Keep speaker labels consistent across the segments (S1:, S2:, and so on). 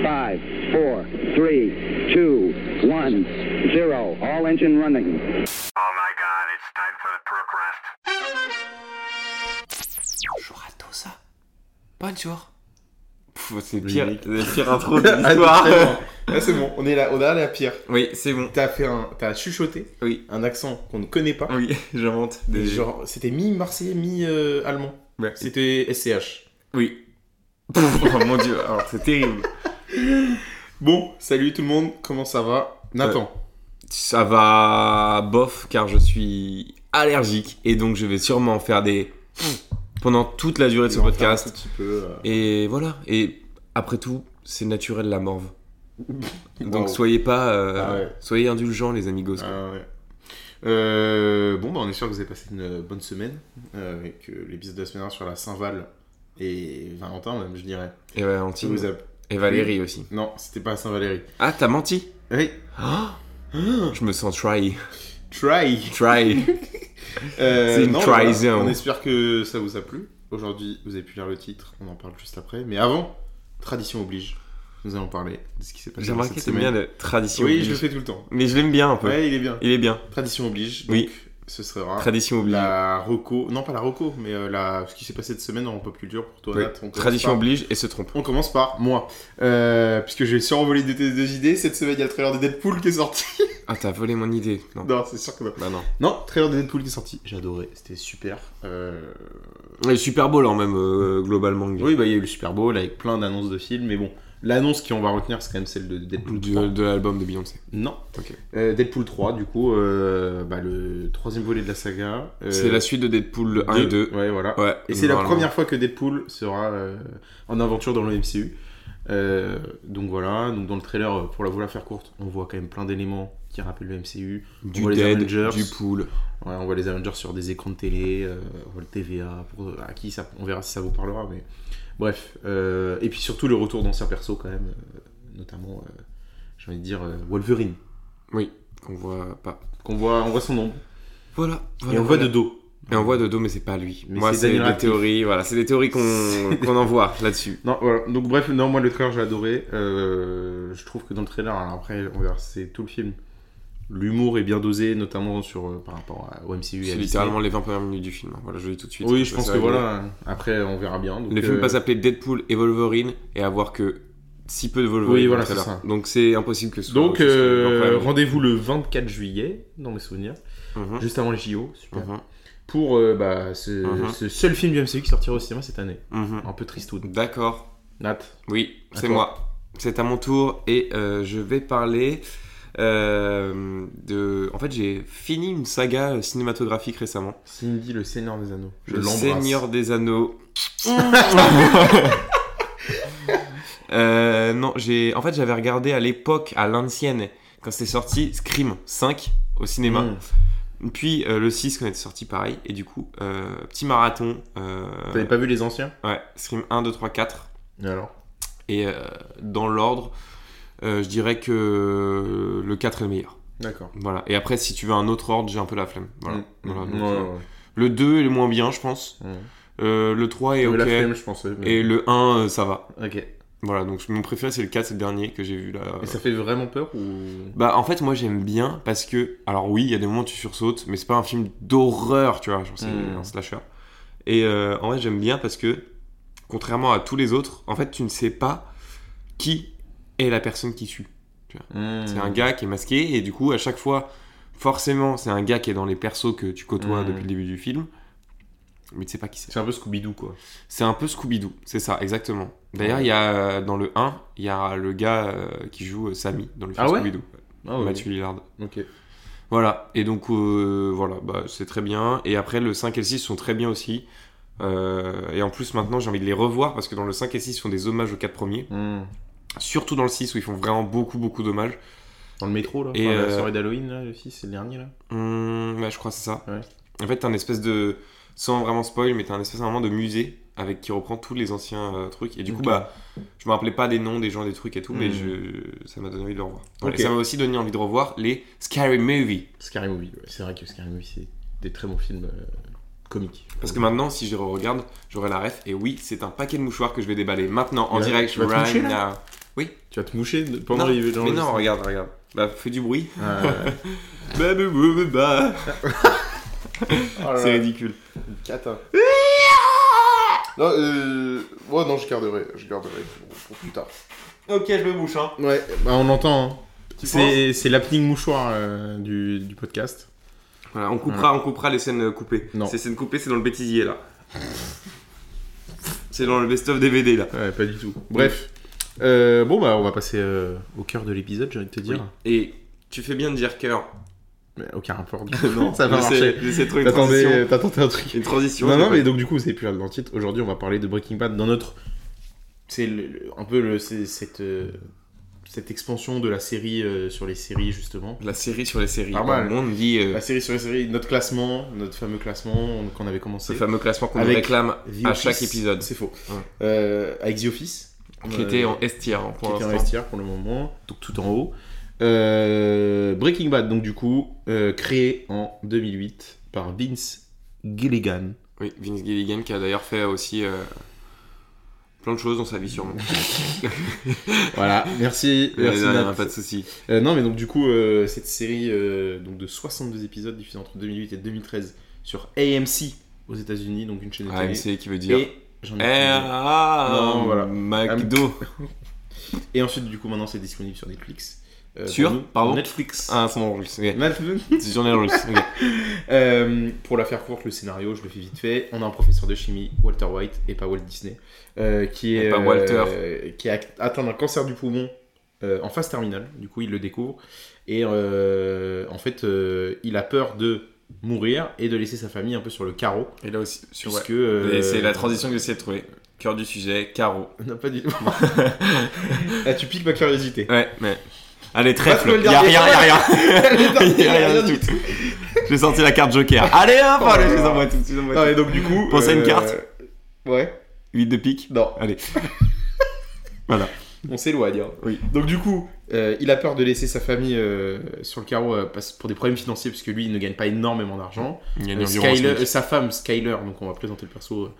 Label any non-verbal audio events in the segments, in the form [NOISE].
S1: Five, four, three, two, one, zero. All engine running.
S2: Oh my god, it's time for the perk rest.
S3: Bonjour à tous. Bonjour. Pff, C'est pire,
S4: Unique.
S3: la pire intro
S4: [LAUGHS]
S3: de
S4: Ah,
S3: l'histoire.
S4: totalement. Là, Ah, c'est bon, on est là, on est à la pire.
S3: oui, c'est bon.
S4: T'as fait un, t'as chuchoté
S3: Oui.
S4: un accent qu'on ne connaît pas.
S3: Oui, [LAUGHS] j'invente
S4: Et
S3: des
S4: Genre, c'était mi-marseillais, mi-allemand.
S3: Ouais.
S4: C'était SCH.
S3: Oui. Pff, oh mon dieu, alors c'est terrible.
S4: Bon, salut tout le monde, comment ça va Nathan.
S3: Euh, Ça va bof car je suis allergique et donc je vais sûrement faire des pendant toute la durée de ce
S4: On va faire Un
S3: podcast.
S4: tout petit peu, euh,
S3: Et voilà. Et après tout, c'est naturel la morve. Donc
S4: Wow.
S3: soyez pas, euh,
S4: Ah ouais.
S3: soyez indulgents les amigos. quoi.
S4: Ah ouais. Euh, bon, bah, on est sûr que vous avez passé une bonne semaine euh, avec euh, l'épisode de la semaine dernière sur la Saint-Val et Valentin, même, je dirais.
S3: Et
S4: Si
S3: Valentine.
S4: vous avez-
S3: Et Valérie aussi.
S4: Non, c'était pas à Saint-Valéry.
S3: Ah, t'as
S4: [GASPS]
S3: menti.
S4: Oui.
S3: Ah, je me sens try.
S4: Try
S3: Try.
S4: Euh,
S3: C'est une
S4: non,
S3: trahison.
S4: voilà. On espère que ça vous a plu. Aujourd'hui, vous avez pu lire le titre, on en parle juste après. Mais avant, tradition oblige, nous allons parler de ce qui s'est passé
S3: J'ai remarqué
S4: cette
S3: que t'aimes bien
S4: semaine.
S3: la tradition
S4: Oui,
S3: oblige.
S4: je le fais tout le temps.
S3: Mais je l'aime bien un peu.
S4: Ouais, il est bien.
S3: Il est bien.
S4: Tradition oblige, donc
S3: Oui.
S4: ce sera
S3: Tradition oblige.
S4: la Roco. Non, pas la Roco, mais euh, la... ce qui s'est passé cette semaine en pop culture pour toi.
S3: Oui.
S4: Nat. On commence
S3: Tradition
S4: par-
S3: oblige et se trompe.
S4: On commence par moi, Euh, puisque j'ai survolé de tes deux idées. Cette semaine, il y a le trailer de Deadpool qui est sorti. [LAUGHS]
S3: Ah, t'as volé mon idée. Non.
S4: non, c'est sûr que non.
S3: Bah non.
S4: Non, trailer de Deadpool qui est sorti. J'ai adoré, c'était super. Euh,
S3: Et Super Bowl en même euh, globalement.
S4: Oui, bah, il y a eu le Super Bowl avec plein d'annonces de films, mais bon, l'annonce qu'on va retenir, c'est quand même celle de Deadpool
S3: Du-
S4: 3.
S3: de l'album de Beyoncé.
S4: Non.
S3: Ok.
S4: Euh, Deadpool 3, du coup, euh, bah, le troisième volet de la saga. euh,
S3: C'est la suite de Deadpool 1 et 2.
S4: Ouais, voilà.
S3: Ouais.
S4: Et c'est la
S3: normalement.
S4: première fois que Deadpool sera euh, en aventure dans le MCU. Euh, donc voilà, donc dans le trailer, euh, pour la vouloir faire courte, on voit quand même plein d'éléments qui rappellent le MCU.
S3: Du
S4: On voit les
S3: Dead,
S4: Avengers.
S3: du Pool.
S4: Ouais, on voit les Avengers sur des écrans de télé, euh, on voit le TVA, pour, à qui ça, on verra si ça vous parlera, mais bref. euh, et puis surtout le retour d'anciens persos quand même, euh, notamment, euh, j'ai envie de dire, euh, Wolverine,
S3: Qu'on voit pas.
S4: qu'on voit, on voit son ombre,
S3: Voilà.
S4: et
S3: voilà,
S4: on voit
S3: voilà.
S4: de dos.
S3: Et on voit de dos, mais c'est pas lui.
S4: Mais
S3: Moi,
S4: c'est
S3: c'est
S4: Daniel
S3: des
S4: Radcliffe.
S3: théories. Voilà, c'est des théories
S4: [LAUGHS]
S3: qu'on qu'on envoie là-dessus.
S4: Non, voilà. Donc bref, non, moi le trailer j'ai adoré, Euh, je trouve que dans le trailer, alors après on verra, c'est tout le film, l'humour est bien dosé, notamment sur, euh, par rapport à- au MCU. et à
S3: C'est
S4: Disney.
S3: littéralement les 20 premières minutes du film. Voilà, je le dis tout de suite.
S4: Oui, je
S3: Ça,
S4: pense
S3: ça
S4: que
S3: va aider.
S4: voilà, après on verra bien. Donc,
S3: Le film
S4: euh,
S3: peut s'appeler Deadpool et Wolverine et avoir que si peu de Wolverine.
S4: Oui,
S3: dans
S4: voilà,
S3: le trailer.
S4: c'est ça.
S3: Donc Oh, c'est impossible que ce soit.
S4: Donc,
S3: ce soit
S4: euh,
S3: leur problème.
S4: rendez-vous le 24 juillet, dans mes souvenirs,
S3: Mhm,
S4: juste avant les JO, super.
S3: mhm,
S4: Pour euh, bah, ce,
S3: Mhm.
S4: ce seul film du MCU qui sortira au cinéma cette année.
S3: mhm.
S4: Un peu tristoun.
S3: D'accord.
S4: Nat.
S3: Oui,
S4: À
S3: c'est
S4: toi.
S3: moi. C'est à mon tour et euh, je vais parler euh, de. En fait, j'ai fini une saga euh, cinématographique récemment.
S4: Cindy, le Seigneur des Anneaux. Je
S3: le
S4: l'embrasse.
S3: Seigneur des
S4: [LAUGHS]
S3: Anneaux. Euh, non, j'ai. En fait, j'avais regardé à l'époque, à l'ancienne, quand c'était sorti, Scream 5 au cinéma.
S4: Mmh.
S3: Puis euh, le 6 quand il était sorti pareil et du coup euh, petit marathon euh,
S4: T'avais pas vu les anciens
S3: ouais, stream 1 2 3 4
S4: Et alors
S3: et euh, dans l'ordre euh, je dirais que euh, le 4 est le meilleur.
S4: D'accord.
S3: Voilà. Et après si tu veux un autre ordre, j'ai un peu la flemme. Voilà.
S4: Mmh.
S3: Voilà, donc,
S4: Ouais,
S3: euh,
S4: ouais,
S3: Le 2 est le moins bien, je pense.
S4: ouais.
S3: Euh, le 3 est
S4: J'avais
S3: OK
S4: la flemme, je pense. ouais, mais-
S3: et le 1 euh, ça va.
S4: Ok.
S3: Voilà, donc mon préféré c'est le 4, c'est le dernier que j'ai vu là.
S4: Et ça fait vraiment peur ou.
S3: Bah en fait moi j'aime bien parce que alors oui il y a des moments où tu sursautes mais c'est pas un film d'horreur tu vois genre c'est
S4: Mm.
S3: un slasher et euh, en vrai j'aime bien parce que contrairement à tous les autres en fait tu ne sais pas qui est la personne qui tue
S4: Mmh.
S3: c'est un gars qui est masqué et du coup à chaque fois forcément c'est un gars qui est dans les persos que tu côtoies
S4: Mm.
S3: depuis le début du film mais tu sais pas qui c'est
S4: C'est un peu Scooby-Doo quoi.
S3: c'est un peu Scooby-Doo c'est ça exactement d'ailleurs il y a euh, dans le 1 il y a le gars euh, qui joue euh, Sammy dans le film
S4: Ah ouais
S3: Scooby-Doo
S4: Ah ouais.
S3: Mathieu Lillard
S4: Ok.
S3: voilà, et donc euh, voilà, bah, c'est très bien. Et après, le 5 et le 6 sont très bien aussi. Euh, et en plus, maintenant, j'ai envie de les revoir parce que dans le 5 et 6, ils font des hommages aux 4 premiers.
S4: Mmh.
S3: Surtout dans le 6 où ils font vraiment beaucoup, beaucoup d'hommages.
S4: Dans le métro là.
S3: Et,
S4: Enfin,
S3: euh,
S4: La soirée d'Halloween là, le 6, c'est le dernier là.
S3: Hum, bah, je crois que c'est ça.
S4: Ouais.
S3: En fait, t'as un espèce de. Sans vraiment spoil, mais t'as un espèce un moment de musée avec qui reprend tous les anciens euh, trucs. Et du coup,
S4: Ok.
S3: bah, je me rappelais pas des noms des gens, des trucs et tout, mais
S4: Mhm.
S3: je... ça m'a donné envie de le revoir. Voilà,
S4: Ok.
S3: Et ça m'a aussi donné envie de revoir les Scary Movie.
S4: Scary Movie, ouais. c'est vrai que Scary Movie c'est des très bons films euh, comiques.
S3: Parce que maintenant, si je re-regarde, j'aurai la ref. Et oui, c'est un paquet de mouchoirs que je vais déballer maintenant en
S4: Là,
S3: direct.
S4: tu vas te
S3: right
S4: moucher,
S3: now.
S4: là
S3: Oui.
S4: Tu vas te moucher de- pendant
S3: non,
S4: les
S3: mais non, regarde, regarde. Bah, fais du bruit.
S4: [LAUGHS] Euh,
S3: Bah, bah, bah, bah, bah.
S4: Oh
S3: C'est ridicule.
S4: Cata. Non, euh... Ouais, non, je garderai. Je garderai pour, pour plus tard.
S3: Ok, je me mouche, hein.
S4: Ouais, bah on entend. hein.
S3: Tu
S4: C'est c'est l'apning mouchoir euh, du, du podcast.
S3: Voilà, on coupera, on coupera les scènes euh, coupées.
S4: Non.
S3: Ces scènes coupées, c'est dans le bêtisier là. c'est dans le best-of DVD là.
S4: Ouais, pas du tout. Bref. Euh, bon, bah, on va passer euh, au cœur de l'épisode, j'ai envie de te dire.
S3: Et tu fais bien de dire cœur.
S4: Mais aucun rapport. [LAUGHS] du coup.
S3: non,
S4: ça va marcher.
S3: J'essaie de trouver une
S4: T'attendais
S3: transition.
S4: t'as tenté un truc.
S3: Une transition.
S4: Non,
S3: j'ai
S4: non,
S3: pas-
S4: mais donc, du coup, c'est plus là dans le titre. Aujourd'hui, on va parler de Breaking Bad dans notre. C'est le- le- un peu le, c'est- cette, euh, cette expansion de la série euh, sur les séries, justement.
S3: La série sur les séries.
S4: Pas mal.
S3: Tout le monde dit euh,
S4: La série sur les séries, notre classement, notre fameux classement qu'on avait
S3: ce
S4: commencé.
S3: fameux classement qu'on nous
S4: Avec
S3: réclame
S4: The
S3: à
S4: Office,
S3: chaque épisode.
S4: C'est faux.
S3: Ouais.
S4: Euh, avec The Office.
S3: Qui
S4: euh,
S3: était en S tier hein,
S4: qui
S3: pour
S4: était en
S3: l'instant.
S4: STR pour le moment, donc tout en haut. Euh, Breaking Bad, donc du coup, euh, créé en 2008 par Vince Gilligan.
S3: Oui, Vince Gilligan qui a d'ailleurs fait aussi euh, plein de choses dans sa vie
S4: [LAUGHS]
S3: sûrement. [LAUGHS]
S4: Voilà, merci.
S3: Euh,
S4: merci
S3: non,
S4: Nat.
S3: non, pas de souci.
S4: Euh, non, mais donc du coup, euh, cette série euh, donc de 62 épisodes diffusée entre 2008 et 2013 sur AMC aux États-Unis, donc une chaîne de télé.
S3: AMC Ah, qui veut dire.
S4: et j'en ai
S3: Eh,
S4: oublié.
S3: ah,
S4: Non, voilà.
S3: McDo.
S4: Et ensuite, du coup, maintenant, c'est disponible sur Netflix. Euh,
S3: Sur,
S4: pour nous,
S3: pardon
S4: Netflix. [LAUGHS]
S3: Ah, c'est mon russe. ok.
S4: Netflix.
S3: C'est journal russe. ok.
S4: Euh, pour la faire courte, le scénario, je le fais vite fait. On a un professeur de chimie, Walter White, et pas Walt Disney, euh, qui est
S3: Et pas
S4: euh,
S3: Walter.
S4: qui a atteint un cancer du poumon euh, en phase terminale. Du coup, il le découvre et euh, en fait, euh, il a peur de mourir et de laisser sa famille un peu sur le carreau,
S3: Et là aussi, sur
S4: puisque euh,
S3: Et c'est la transition que j'essaie de trouver. Cœur du sujet, carreau.
S4: [LAUGHS] Non, pas du tout. Ah, tu piques
S3: [LAUGHS]
S4: ma curiosité.
S3: Ouais, mais. Allez, trèfle,
S4: Parce que le
S3: y'a
S4: dernier-
S3: rien, y'a rien.
S4: Il y a rien [LAUGHS] du
S3: du tout. J'ai sorti la carte Joker. Allez, hop,
S4: Oh là
S3: allez, je
S4: là.
S3: les envoie toutes, je les envoie
S4: Non, et
S3: toutes.
S4: donc du coup, euh,
S3: Pensez à une carte
S4: Ouais.
S3: 8 de pique.
S4: Non.
S3: Allez. [LAUGHS]
S4: On s'éloigne. hein.
S3: Oui.
S4: Donc du coup, euh, il a peur de laisser sa famille euh, sur le carreau euh, parce- pour des problèmes financiers puisque lui, il ne gagne pas énormément d'argent.
S3: Il y a
S4: Euh, Skyler- euh, sa femme, Skyler, donc on va présenter le perso, euh,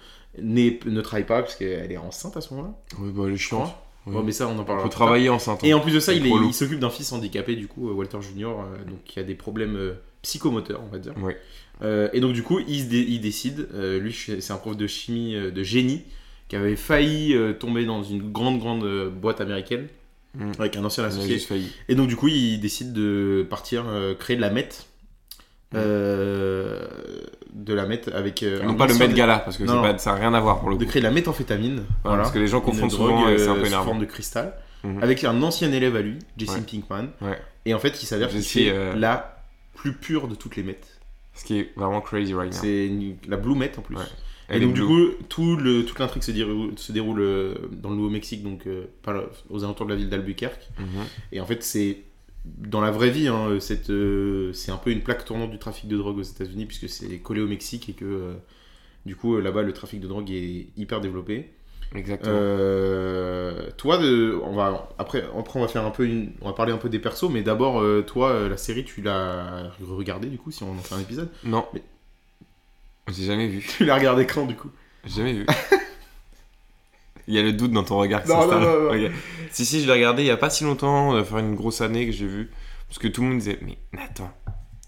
S4: n'est- ne travaille pas parce qu'elle est enceinte à ce moment-là.
S3: Oui, bah, elle est
S4: je
S3: chiante.
S4: crois.
S3: Oui.
S4: Ouais, mais ça, on en
S3: On
S4: parlera.
S3: peut
S4: plus tard.
S3: travailler enceinte. hein.
S4: Et en plus de ça, il est-
S3: relou.
S4: il s'occupe d'un fils handicapé, du coup, euh, Walter Junior, euh, donc qui a des problèmes euh, psychomoteurs, on va dire.
S3: Ouais.
S4: Euh, et donc, du coup, il, se dé- il décide, euh, lui, c'est un prof de chimie euh, de génie qui avait failli euh, tomber dans une grande, grande euh, boîte américaine
S3: Mm.
S4: avec un ancien
S3: Elle a
S4: associé.
S3: juste failli.
S4: Et donc, du coup, il décide de partir euh, créer de la MET. euh, de la MET avec. euh, un
S3: Hmm. Non, pas le
S4: ancien-
S3: Met Gala, parce que
S4: Non,
S3: c'est
S4: non.
S3: pas- ça n'a rien à voir pour le
S4: De
S3: coup.
S4: créer de la méthamphétamine.
S3: Voilà,
S4: Voilà.
S3: Parce que les gens
S4: Une
S3: confondent
S4: drogue,
S3: souvent et c'est un
S4: euh,
S3: peu
S4: sous
S3: énervant.
S4: forme de cristal
S3: Mhm.
S4: avec un ancien élève à lui, Jason
S3: Ouais.
S4: Pinkman.
S3: Ouais.
S4: Et en fait, il s'avère qu'il
S3: Jesse,
S4: c'est
S3: euh,
S4: la plus pure de toutes les mètres.
S3: Ce qui est vraiment crazy right now.
S4: C'est une- la blue meth en plus.
S3: Ouais.
S4: Et, donc du coup, tout le, toute l'intrigue se déroule, se déroule euh, dans le Nouveau-Mexique, donc euh, par là- aux alentours de la ville d'Albuquerque.
S3: Mhm.
S4: Et en fait, c'est dans la vraie vie, hein, cette, euh, c'est un peu une plaque tournante du trafic de drogue aux États-Unis, puisque c'est collé au Mexique et que euh, du coup, euh, là-bas, le trafic de drogue est hyper développé.
S3: Exactement.
S4: Euh, toi, de, on va après, après on va faire un peu, une, on va parler un peu des persos, mais d'abord, euh, toi, euh, la série, tu l'as regardée du coup, si on en fait un épisode.
S3: Non.
S4: mais-
S3: J'ai jamais vu.
S4: [LAUGHS] Tu l'as regardée quand du coup
S3: J'ai Jamais vu. [LAUGHS] il y a le doute dans ton regard. qui
S4: Non, non,
S3: s'installe.
S4: non, non.
S3: Ok. Si, si, je l'ai regardé il y a pas si longtemps, euh, faire une grosse année que j'ai vu. Parce que tout le monde disait Mais Nathan,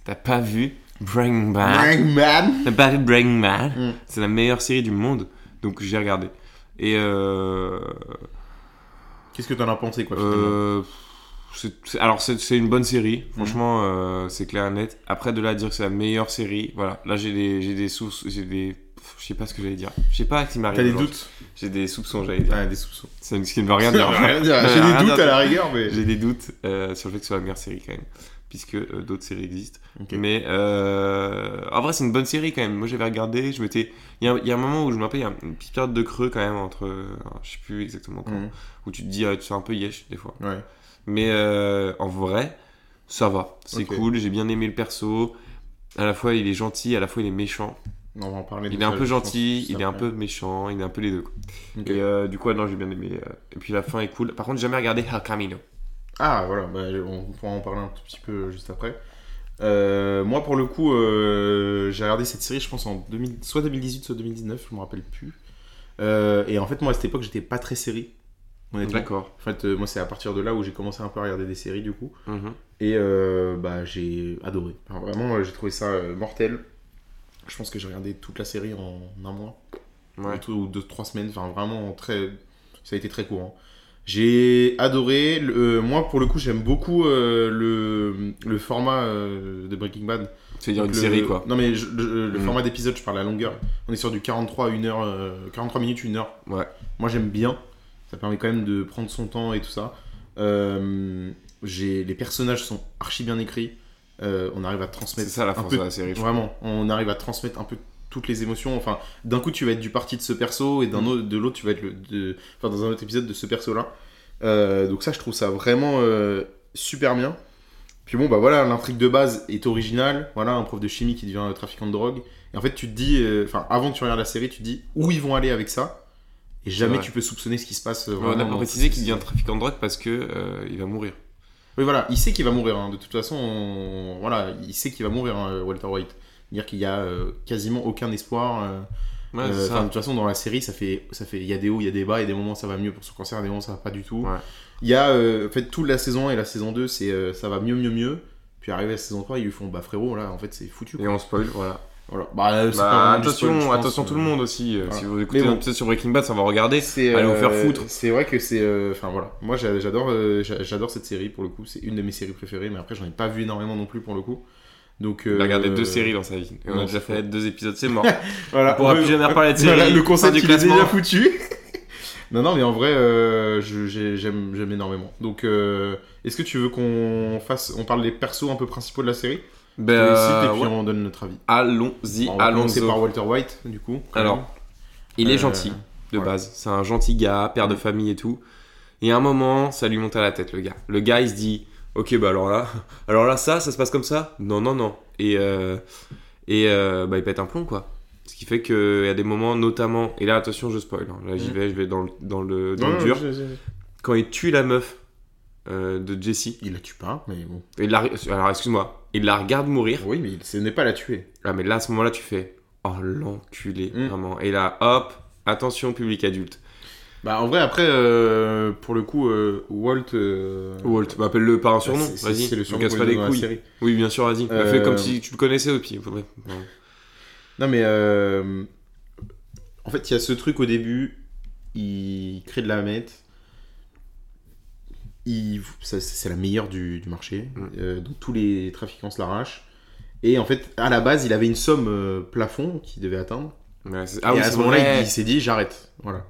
S3: t'as pas vu Breaking Bad
S4: Man.
S3: T'as pas vu Breaking Bad
S4: Mm.
S3: C'est la meilleure série du monde. Donc j'ai regardé. Et euh.
S4: Qu'est-ce que t'en as pensé quoi finalement Mm.
S3: euh, c'est- c'est- alors c'est c'est une bonne série, franchement euh, c'est clair et net. Après de là à dire que c'est la meilleure série, voilà. Là j'ai des j'ai des sources, j'ai des, pff, je sais pas ce que j'allais dire. Je sais pas qui m'arrive.
S4: T'as des
S3: aujourd'hui.
S4: doutes
S3: J'ai des soupçons j'allais dire.
S4: Ah, des soupçons.
S3: C'est ce qui ne veut rien
S4: [LAUGHS]
S3: dire.
S4: Rien à dire.
S3: Ouais,
S4: J'ai
S3: rien à
S4: des doutes
S3: dire.
S4: à la rigueur, mais.
S3: J'ai des doutes euh, sur le fait que ce soit la meilleure série quand même, puisque euh, d'autres séries existent.
S4: Ok.
S3: Mais euh, en vrai, c'est une bonne série quand même. Moi, j'avais regardé, je m'étais. Il y, a- il y a un moment où je me rappelle, il y a une petite période de creux quand même entre, euh, je sais plus exactement quand,
S4: Mhm.
S3: où tu te dis, euh, tu es un peu yesh des fois.
S4: Ouais.
S3: Mais euh, en vrai, ça va, c'est
S4: Ok.
S3: cool. J'ai bien aimé le perso. À la fois, il est gentil, à la fois, il est méchant.
S4: On va en parler.
S3: Il
S4: de
S3: est un
S4: ça,
S3: peu
S4: je pense,
S3: gentil,
S4: juste
S3: il est un
S4: après.
S3: peu méchant, il est un peu les deux. quoi.
S4: Ok.
S3: Et euh, du coup, ah non, j'ai bien aimé. euh, Et puis la fin est cool. Par contre, j'ai jamais regardé El Camino.
S4: Ah voilà, bah, on pourra en parler un tout petit peu juste après. Euh, moi pour le coup, euh, j'ai regardé cette série je pense en 2000, soit 2018 soit 2019, je me rappelle plus. Euh, et en fait moi à cette époque j'étais pas très série. honnêtement.
S3: D'accord.
S4: En fait, euh, moi, c'est à partir de là où j'ai commencé un peu à regarder des séries, du coup.
S3: Mhm.
S4: Et euh, bah, j'ai adoré. Enfin, vraiment, euh, j'ai trouvé ça euh, mortel. Je pense que j'ai regardé toute la série en un mois,
S3: Ouais.
S4: ou tout- ou deux, trois semaines. Enfin, vraiment, en très... ça a été très courant. J'ai adoré. Le- euh, moi, pour le coup, j'aime beaucoup euh, le, le format euh, de Breaking Bad.
S3: C'est-à-dire
S4: Donc,
S3: une
S4: le-
S3: série, quoi.
S4: Non, mais je- le, le
S3: Mm.
S4: format d'épisode, je parle à la longueur. On est sur du 43 à 1 heure, euh, 43 minutes, 1 heure.
S3: Ouais.
S4: Moi, j'aime bien. Ça permet quand même de prendre son temps et tout ça. Euh, j'ai- les personnages sont archi bien écrits. Euh, on arrive à
S3: C'est
S4: transmettre
S3: ça la
S4: un
S3: force
S4: peu
S3: de la série. je
S4: Vraiment, on arrive à transmettre un peu toutes les émotions. Enfin, d'un coup, tu vas être du parti de ce perso et d'un
S3: Mm.
S4: autre, de l'autre, tu vas être le, de, enfin, dans un autre épisode de ce perso-là. Euh, donc ça, je trouve ça vraiment euh, super bien. Puis bon, bah voilà, l'intrigue de base est originale. Voilà, un prof de chimie qui devient euh, trafiquant de drogue. Et en fait, tu te dis, euh, enfin, avant que tu regardes la série, tu te dis où ils vont aller avec ça. Et jamais
S3: Ouais.
S4: tu peux soupçonner ce qui se passe. euh,
S3: Ouais, on
S4: vraiment
S3: a pas
S4: dans-
S3: précisé qu'il devient trafiquant de drogue parce que euh, il va mourir.
S4: oui, voilà, il sait qu'il va mourir. hein. De toute façon, on- voilà, il sait qu'il va mourir, hein, Walter White. C'est-à-dire qu'il y a euh, quasiment aucun espoir. euh,
S3: Ouais,
S4: euh,
S3: c'est
S4: enfin, de
S3: ça.
S4: toute façon, dans la série, ça fait, ça fait, il y a des hauts, il y a des bas, et des moments où ça va mieux pour son cancer, et des moments où ça va pas du tout.
S3: Ouais.
S4: Il y a, euh, en fait, toute la saison 1 et la saison 2, c'est, euh, ça va mieux, mieux, mieux. Puis arrivé à la saison 3, ils lui font, bah frérot, là, en fait, c'est foutu. quoi.
S3: Et on spoil, voilà.
S4: Voilà. Bah, euh, c'est
S3: Bah,
S4: pas vraiment du
S3: attention,
S4: spoil, je pense,
S3: attention
S4: euh,
S3: tout le monde aussi. euh,
S4: voilà.
S3: Si vous écoutez
S4: Mais bon.
S3: un épisode sur Breaking Bad, ça va regarder.
S4: C'est,
S3: Allez vous faire
S4: euh,
S3: foutre.
S4: C'est vrai que c'est, euh, enfin voilà, moi j'a- j'adore, euh, j'a- j'adore cette série pour le coup. C'est une de mes séries préférées, mais après j'en ai pas vu énormément non plus pour le coup. Donc,
S3: Il
S4: euh,
S3: a regardé deux séries dans sa vie. Et on
S4: non,
S3: a déjà
S4: c'est
S3: fait deux épisodes, c'est
S4: [LAUGHS]
S3: mort.
S4: Voilà,
S3: On pourra plus jamais reparler de
S4: voilà,
S3: séries,
S4: le
S3: fin
S4: concept
S3: du
S4: il est déjà
S3: classement.
S4: foutu. [LAUGHS] non, non, mais en vrai, euh, je- j'ai- j'aime, j'aime énormément. Donc, euh, est-ce que tu veux qu'on fasse, on parle des persos un peu principaux de la série
S3: ben,
S4: Je les cite,
S3: euh,
S4: et puis
S3: ouais.
S4: on donne notre avis.
S3: Allons-y,
S4: Alors, on va commencer
S3: allons-y.
S4: par Walter White, du coup. quand
S3: Alors,
S4: même.
S3: Il
S4: Euh, Mm.
S3: est gentil, de
S4: voilà.
S3: base. C'est un gentil gars, père de famille et tout. Et à un moment, ça lui monte à la tête, le gars. Le gars, il se dit Ok, bah alors là, [LAUGHS] alors là, ça, ça se passe comme ça Non, non, non. Et, euh, et euh, bah, il pète un plomb, quoi. Ce qui fait qu'il y a des moments, notamment. Et là, attention, je spoil. hein. Là, j'y
S4: Mhm.
S3: vais, je vais dans le, dans le, dans
S4: Non,
S3: le
S4: non,
S3: dur.
S4: je- je- je-
S3: Quand il tue la meuf euh, de Jesse,
S4: Il la tue pas, mais bon.
S3: il la... alors excuse-moi, il la regarde mourir.
S4: Oui, mais il- ce n'est pas la tuer.
S3: Ah, mais là, à ce moment-là, tu fais Oh, l'enculé,
S4: Mm.
S3: vraiment. Et là, hop, attention, public adulte.
S4: Bah, en vrai, après, euh, pour le coup, euh, Walt. euh,
S3: Walt, bah, appelle-le par un surnom,
S4: c'est- c'est-
S3: vas-y.
S4: C'est le
S3: ne
S4: surnom
S3: casse
S4: qu'on
S3: pas
S4: lui
S3: les
S4: donne dans
S3: couilles.
S4: la série.
S3: Oui, bien sûr, vas-y.
S4: Euh,
S3: Fais comme si tu le connaissais, au pire. Bref.
S4: Non, mais euh, en fait, il y a ce truc au début, il crée de la mette. Il... ça, C'est la meilleure du, du marché.
S3: Mm.
S4: Euh, donc tous les trafiquants se l'arrachent. Et en fait, à la base, il avait une somme euh, plafond qu'il devait atteindre.
S3: Ouais, c'est- ah
S4: et
S3: oui,
S4: à
S3: c'est
S4: ce moment-là,
S3: vrai.
S4: il, il s'est dit j'arrête. Voilà.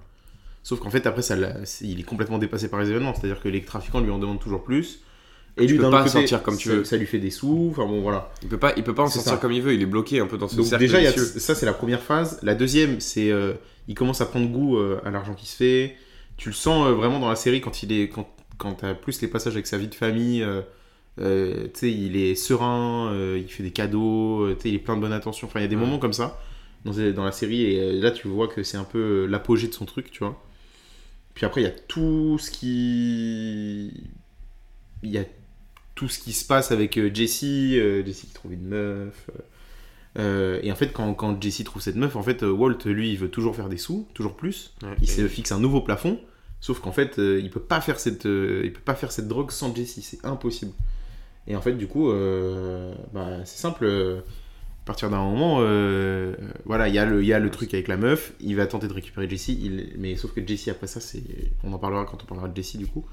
S4: Sauf qu'en fait, après, ça l'a- c'est- il est complètement dépassé par les événements. C'est-à-dire que les trafiquants lui en demandent toujours plus. Et lui,
S3: peux
S4: d'un
S3: pas
S4: autre côté,
S3: sortir comme tu
S4: ça-
S3: veux.
S4: ça lui fait des sous. Enfin bon, voilà.
S3: Il peut pas, il peut pas en
S4: C'est
S3: sortir
S4: ça.
S3: comme il veut. Il est bloqué un peu dans ce
S4: Donc
S3: cercle.
S4: déjà, il y a-
S3: vicieux.
S4: ça c'est la première phase. La deuxième, c'est euh, il commence à prendre goût euh, à l'argent qui se fait. Tu le sens euh, vraiment dans la série quand il est quand quand t'as plus les passages avec sa vie de famille. euh, euh, tu sais, il est serein, euh, il fait des cadeaux, euh, tu sais, il est plein de bonne attention. Enfin, il y a des
S3: Ouais.
S4: moments comme ça dans, dans la série et euh, là tu vois que c'est un peu euh, l'apogée de son truc, tu vois. Puis après, il y a tout ce qui il y a tout ce qui se passe avec euh, Jessie, euh, Jessie qui trouve une meuf. euh, euh, et en fait, quand, quand Jessie trouve cette meuf, en fait, euh, Walt, lui, il veut toujours faire des sous, toujours plus.
S3: Ouais, bah
S4: Il
S3: et-
S4: se fixe un nouveau plafond, sauf qu'en fait, euh, il peut pas faire cette, euh, il peut pas faire cette drogue sans Jessie, c'est impossible. Et en fait, du coup, euh, bah, c'est simple. euh, à partir d'un moment, euh, voilà, il y a le, il y a le truc avec la meuf. Il va tenter de récupérer Jessie, il, mais sauf que Jessie après ça, c'est, on en parlera quand on parlera de Jessie du coup.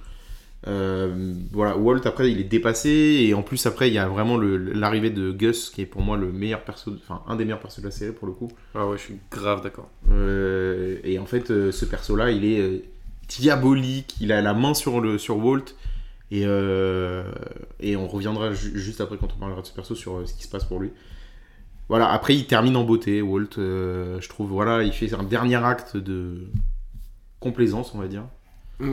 S4: Euh, voilà, Walt après il est dépassé et en plus après il y a vraiment le- l'arrivée de Gus qui est pour moi le meilleur perso, enfin un des meilleurs persos de la série pour le coup.
S3: Ah ouais, je suis grave d'accord.
S4: Euh, et en fait, euh, ce perso-là, il est euh, diabolique, il a la main sur, le, sur Walt. Et, euh, et on reviendra ju- juste après quand on parlera de ce perso sur euh, ce qui se passe pour lui. Voilà, après il termine en beauté, Walt. euh, je trouve, voilà, il fait un dernier acte de complaisance, on va dire.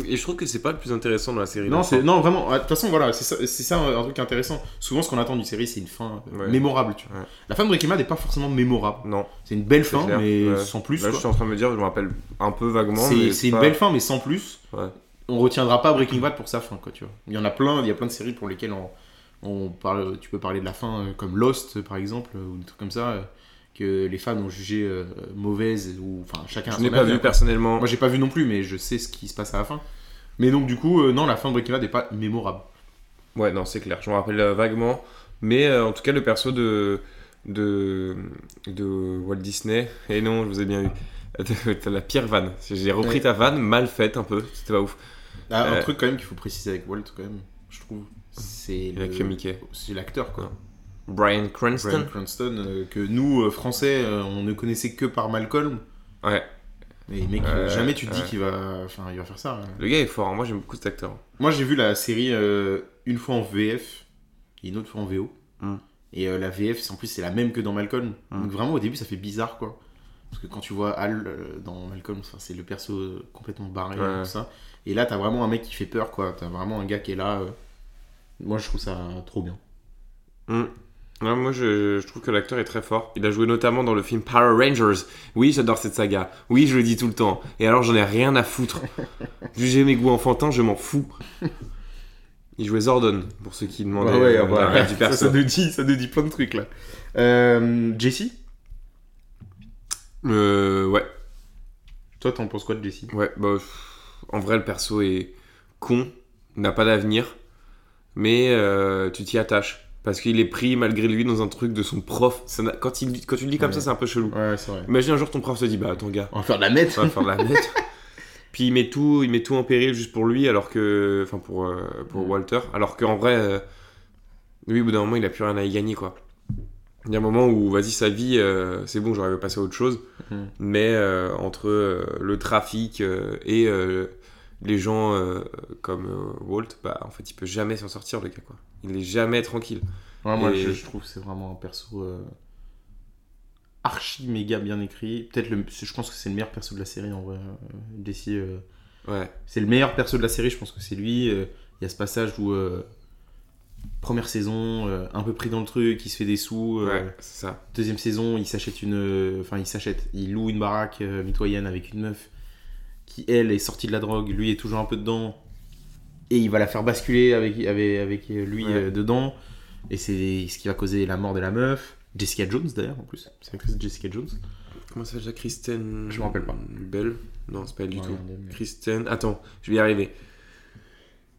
S3: Et je trouve que c'est pas le plus intéressant dans la série.
S4: Non,
S3: dans
S4: c'est,
S3: le
S4: non vraiment, ah, de toute façon, voilà, c'est ça, c'est ça un, un truc intéressant. Souvent, ce qu'on attend d'une série, c'est une fin euh,
S3: Ouais.
S4: mémorable. Tu vois.
S3: Ouais.
S4: La fin de Breaking Bad n'est pas forcément mémorable.
S3: sens. Non.
S4: C'est une belle
S3: C'est
S4: fin,
S3: clair,
S4: mais
S3: ouais.
S4: sans plus.
S3: Là, je
S4: quoi.
S3: suis en train de me dire, je me rappelle un peu vaguement.
S4: C'est
S3: mais
S4: c'est une
S3: pas-
S4: belle fin, mais sans plus.
S3: Ouais.
S4: On retiendra pas Breaking Bad pour sa fin, quoi, tu vois. Il y en a plein, il y a plein de séries pour lesquelles on, on parle, tu peux parler de la fin, euh, comme Lost, euh, par exemple, euh, ou des trucs comme ça, euh, que les fans ont jugé euh, mauvaise, ou enfin, chacun a
S3: Je
S4: son
S3: n'ai pas
S4: avis,
S3: vu
S4: après.
S3: personnellement.
S4: Moi, j'ai pas vu non plus, mais je sais ce qui se passe à la fin. Mais donc, du coup, euh, non, la fin de Breaking Bad n'est pas mémorable.
S3: Ouais, non, c'est clair, je me rappelle euh, vaguement. Mais euh, en tout cas, le perso de, de, de Walt Disney. Et non, je vous ai bien eu. [LAUGHS] T'as la pire vanne. J'ai repris
S4: Ouais.
S3: ta vanne, mal faite un peu. C'était pas ouf.
S4: Ah,
S3: Euh.
S4: Un truc quand même qu'il faut préciser avec Walt, quand même, je trouve, c'est
S3: Il a
S4: le-
S3: que Mickey.
S4: c'est l'acteur, quoi.
S3: Non. Brian
S4: Bryan
S3: Cranston.
S4: Cranston, euh, que nous, euh, Français, euh, on ne connaissait que par Malcolm.
S3: Ouais,
S4: Mais mec,
S3: Euh,
S4: jamais tu te dis
S3: ouais.
S4: qu'il va... Enfin, il va faire ça. hein.
S3: le gars est fort. hein. Moi, j'aime beaucoup cet acteur.
S4: Moi, j'ai vu la série euh, une fois en VF et une autre fois en VO.
S3: Mm.
S4: Et euh, la VF, c'est- en plus, c'est la même que dans Malcolm.
S3: Mm.
S4: Donc vraiment, au début, ça fait bizarre, quoi. Parce que quand tu vois Hal euh, dans Malcolm, enfin, c'est le perso euh, complètement barré
S3: Ouais.
S4: et tout ça. Et là, t'as vraiment un mec qui fait peur, quoi. T'as vraiment un gars qui est là. euh. Moi, je trouve ça trop bien.
S3: Hmm. Ouais, moi, je, je trouve que l'acteur est très fort. Il a joué notamment dans le film Power Rangers. Oui, j'adore cette saga. Oui, je le dis tout le temps. Et alors, j'en ai rien à
S4: [LAUGHS]
S3: foutre. Jugez mes goûts enfantins, je m'en fous. Il jouait Zordon, pour ceux qui demandaient
S4: Ah
S3: euh, la rêve du
S4: [LAUGHS] ça,
S3: perso.
S4: nous dit, ça nous dit plein de trucs, là. Euh, Jesse
S3: Euh, ouais,
S4: Toi, t'en penses quoi de Jesse
S3: ouais. Bah, pff, en vrai, le perso est con, n'a pas d'avenir, mais euh, tu t'y attaches. Parce qu'il est pris, malgré lui, dans un truc de son prof. Ça n'a- quand, il, quand tu le dis comme
S4: Ouais.
S3: ça, c'est un peu chelou.
S4: Ouais, c'est vrai.
S3: Imagine un jour, ton prof te dit Bah, ton gars.
S4: On va faire de la mette
S3: Ça va [LAUGHS] faire de la bête. Puis il met tout, il met tout en péril juste pour lui, alors que, enfin pour euh, pour
S4: Mm.
S3: Walter, alors qu'en vrai, euh, lui au bout d'un moment il a plus rien à y gagner quoi. Il y a un moment où vas-y sa vie, euh, c'est bon, j'aurais pu passer à autre chose,
S4: Mm.
S3: mais euh, entre euh, le trafic euh, et euh, les gens euh, comme euh, Walt, bah en fait il peut jamais s'en sortir le gars quoi. Il est jamais tranquille.
S4: Ouais, moi,
S3: Et-
S4: je, je trouve que c'est vraiment un perso euh, archi méga bien écrit. Peut-être le, je pense que c'est le meilleur perso de la série en vrai. euh, Jesse, euh,
S3: Ouais.
S4: c'est le meilleur perso de la série. Je pense que c'est lui. euh, Il y a ce passage où euh, première saison, euh, un peu pris dans le truc, il se fait des sous. euh,
S3: Ouais, c'est ça.
S4: Deuxième saison, il s'achète une, euh, enfin il s'achète, il loue une baraque euh, mitoyenne avec une meuf qui elle est sortie de la drogue, lui est toujours un peu dedans et il va la faire basculer avec avec, avec euh, lui
S3: Ouais.
S4: euh, dedans et c'est ce qui va causer la mort de la meuf. Jessica Jones d'ailleurs en plus, c'est l'actrice Jessica Jones.
S3: Comment ça s'appelle Kristen
S4: Je me rappelle pas.
S3: Belle Non, c'est pas elle du
S4: Ouais,
S3: tout.
S4: regardez, mais-
S3: Kristen. Attends, je vais y arriver.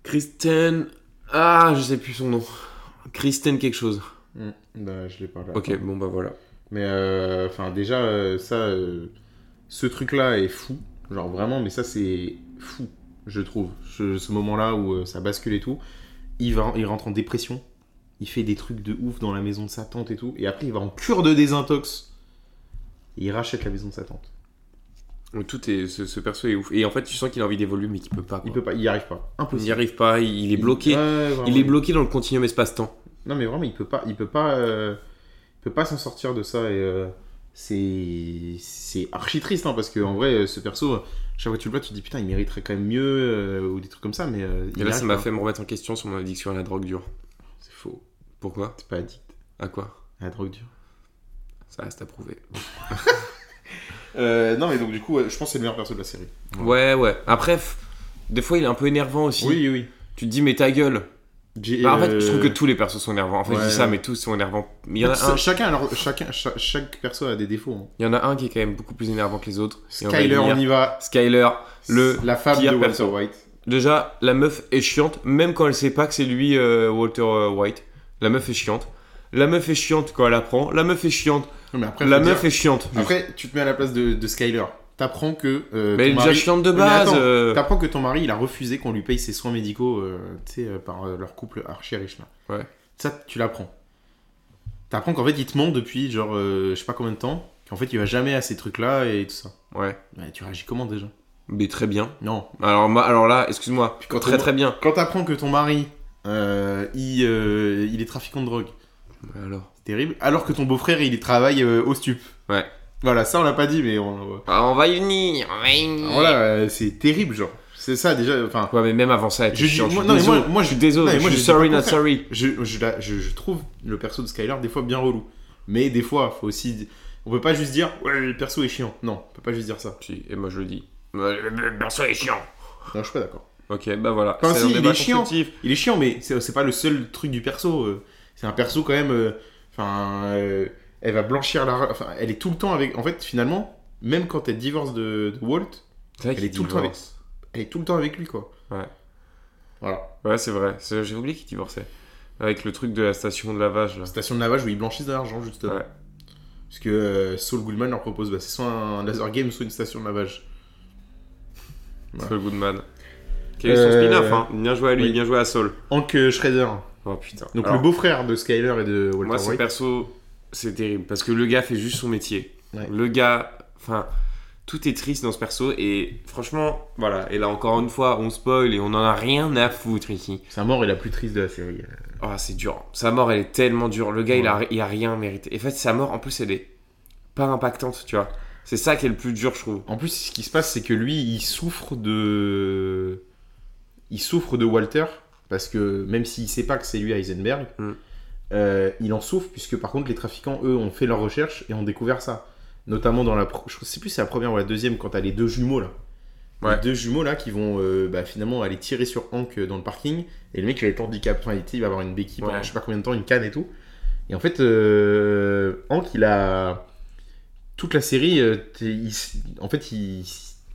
S3: Kristen. Ah, je sais plus son nom. Kristen quelque chose.
S4: Hmm, bah, je l'ai pas là.
S3: Ok, bon bah voilà.
S4: Mais euh, enfin déjà euh, ça, euh, ce truc là est fou, genre vraiment, mais ça c'est fou, je trouve. Ce, ce moment-là où euh, ça bascule et tout, il va, il rentre en dépression, il fait des trucs de ouf dans la maison de sa tante et tout, et après il va en cure de désintox, et il rachète la maison de sa tante.
S3: Tout est. Ce, ce perso est ouf. Et en fait, tu sens qu'il a envie d'évoluer, mais qu'il peut pas.
S4: Il
S3: quoi.
S4: peut pas, il y arrive pas,
S3: Il n'y
S4: impossible.
S3: arrive pas, Ah. il, il est bloqué.
S4: Ouais, vraiment,
S3: il est bloqué dans le continuum espace-temps.
S4: Non mais vraiment, il peut pas, il peut pas, euh, il peut pas s'en sortir de ça et euh, c'est c'est archi triste hein, parce que en vrai, euh, ce perso, euh, chaque fois que tu le vois, tu te dis putain, il mériterait quand même mieux euh, ou des trucs comme ça, mais euh, il
S3: Et là,
S4: arrive
S3: ça m'a
S4: pas.
S3: fait me remettre en question sur mon addiction à la drogue dure.
S4: C'est faux,
S3: Pourquoi
S4: t'es pas addict
S3: À quoi
S4: à la drogue dure.
S3: Ça reste à prouver.
S4: Euh, non mais donc du coup, ouais, je pense que c'est le meilleur perso de la série.
S3: Ouais, ouais. Après, pff, des fois, il est un peu énervant aussi.
S4: Oui, oui.
S3: Tu te dis, mais ta gueule.
S4: J'ai-
S3: Bah, en fait, je trouve que
S4: euh,
S3: tous les persos sont énervants. En fait, je
S4: ouais.
S3: dis ça, mais tous sont énervants. Mais il y en a
S4: ça-
S3: un,
S4: Chacun, alors, chacun, cha- chaque perso a des défauts. hein.
S3: il y en a un qui est quand même beaucoup plus énervant que les autres. Et on va y
S4: Skyler, on
S3: venir.
S4: y va.
S3: Skyler, le
S4: la femme
S3: pire
S4: de Walter
S3: perso.
S4: White.
S3: déjà, la meuf est chiante, même quand elle sait pas que c'est lui euh, Walter euh, White. La meuf est chiante. La meuf est chiante quand elle apprend. La meuf est chiante.
S4: Non, mais après,
S3: la
S4: faut
S3: meuf
S4: dire-
S3: est chiante. juste.
S4: après, tu te mets à la place de, de Skyler. T'apprends que.
S3: mais
S4: euh, ton
S3: elle est déjà
S4: mari-
S3: chiante de
S4: Mais
S3: base.
S4: attends,
S3: euh.
S4: T'apprends que ton mari, il a refusé qu'on lui paye ses soins médicaux, euh, tu sais, euh, par euh, leur couple archi riche là.
S3: Ouais.
S4: Ça, tu l'apprends. T'apprends qu'en fait, il te ment depuis genre, euh, je sais pas combien de temps, qu'en fait, il va jamais à ces trucs-là et tout ça.
S3: Ouais.
S4: Ouais, tu réagis comment déjà
S3: Mais très bien.
S4: Non.
S3: Alors, ma- alors là, excuse-moi.
S4: Puis quand
S3: Très
S4: on-
S3: très bien.
S4: Quand t'apprends que ton mari, euh, il, euh, il est trafiquant de drogue,
S3: Alors.
S4: c'est terrible, alors que ton beau-frère, il travaille euh, au stup.
S3: Ouais.
S4: Voilà, ça, on l'a pas dit, mais on, euh,
S3: Ah, on va y venir. On va y venir.
S4: voilà, euh, c'est terrible, genre. C'est ça déjà, enfin.
S3: Ouais, mais même avant ça, elle était
S4: Je dis-
S3: chiante.
S4: moi-
S3: Ah, je suis
S4: non, mais moi-
S3: désolé.
S4: moi,
S3: je suis
S4: je-
S3: désolé.
S4: non, mais moi,
S3: je suis
S4: je dis pas
S3: sorry
S4: le
S3: not
S4: contraire.
S3: sorry.
S4: je, je, la- je- je trouve le perso de Skyler des fois bien relou. Mais des fois, faut aussi. On peut pas juste dire ouais le perso est chiant. Non, on peut pas juste dire ça.
S3: Si, et moi je le dis. Le perso est chiant.
S4: Non, je suis pas d'accord.
S3: Ok, bah voilà.
S4: Enfin,
S3: C'est
S4: si,
S3: un
S4: il
S3: débat
S4: est chiant.
S3: constructif.
S4: Il est chiant, mais c'est c'est pas le seul truc du perso. euh. C'est un perso quand même. euh, Enfin, euh, elle va blanchir la. ra- Enfin, elle est tout le temps avec. En fait, finalement, même quand elle divorce de, de Walt,
S3: C'est vrai
S4: Elle
S3: qu'il
S4: est tout le temps
S3: divorce.
S4: elle est tout le temps avec lui, quoi.
S3: Ouais.
S4: Voilà.
S3: Ouais, c'est vrai. C'est- J'ai oublié qu'il divorçait. Avec le truc de la station de lavage, là.
S4: Station de lavage où ils blanchissent de l'argent, justement.
S3: Ouais.
S4: Parce que euh, Saul Goodman leur propose, bah, c'est soit un laser game, soit une station de lavage.
S3: Saul Goodman. Quel est son
S4: Euh,
S3: spin-off, hein Bien joué à lui,
S4: oui.
S3: bien joué à Saul.
S4: Hank euh, Schrader.
S3: Oh putain.
S4: Donc
S3: Alors,
S4: le beau-frère de Skyler et de Walter
S3: Moi, ce
S4: White.
S3: perso, c'est terrible. Parce que le gars fait juste son métier.
S4: Ouais.
S3: Le gars. Enfin. Tout est triste dans ce perso et franchement, voilà. Et là encore une fois, on spoil et on en a rien à foutre ici.
S4: Sa mort est la plus triste de la série.
S3: Ah, c'est dur. Sa mort, elle est tellement dure. Le gars, il, a,
S4: Ouais.
S3: il a rien mérité. Et en fait, sa mort, en plus, elle est pas impactante, tu vois. C'est ça qui est le plus dur, je trouve.
S4: En plus, ce qui se passe, c'est que lui, il souffre de. Il souffre de Walter, parce que même s'il sait pas que c'est lui Heisenberg,
S3: Mm.
S4: euh, il en souffre, puisque par contre, les trafiquants, eux, ont fait leurs recherches et ont découvert ça. Notamment dans la. pro- Je sais plus si c'est la première ou la deuxième, quand t'as les deux jumeaux, là.
S3: Ouais.
S4: Les deux jumeaux, là, qui vont euh, bah, finalement aller tirer sur Hank euh, dans le parking, et le mec, il va être handicapé, enfin, il, il va avoir une béquille pendant
S3: Ouais.
S4: je sais pas combien de temps, une canne et tout. Et en fait, euh, Hank, il a. Toute la série, euh, t'es- il s- en fait, il...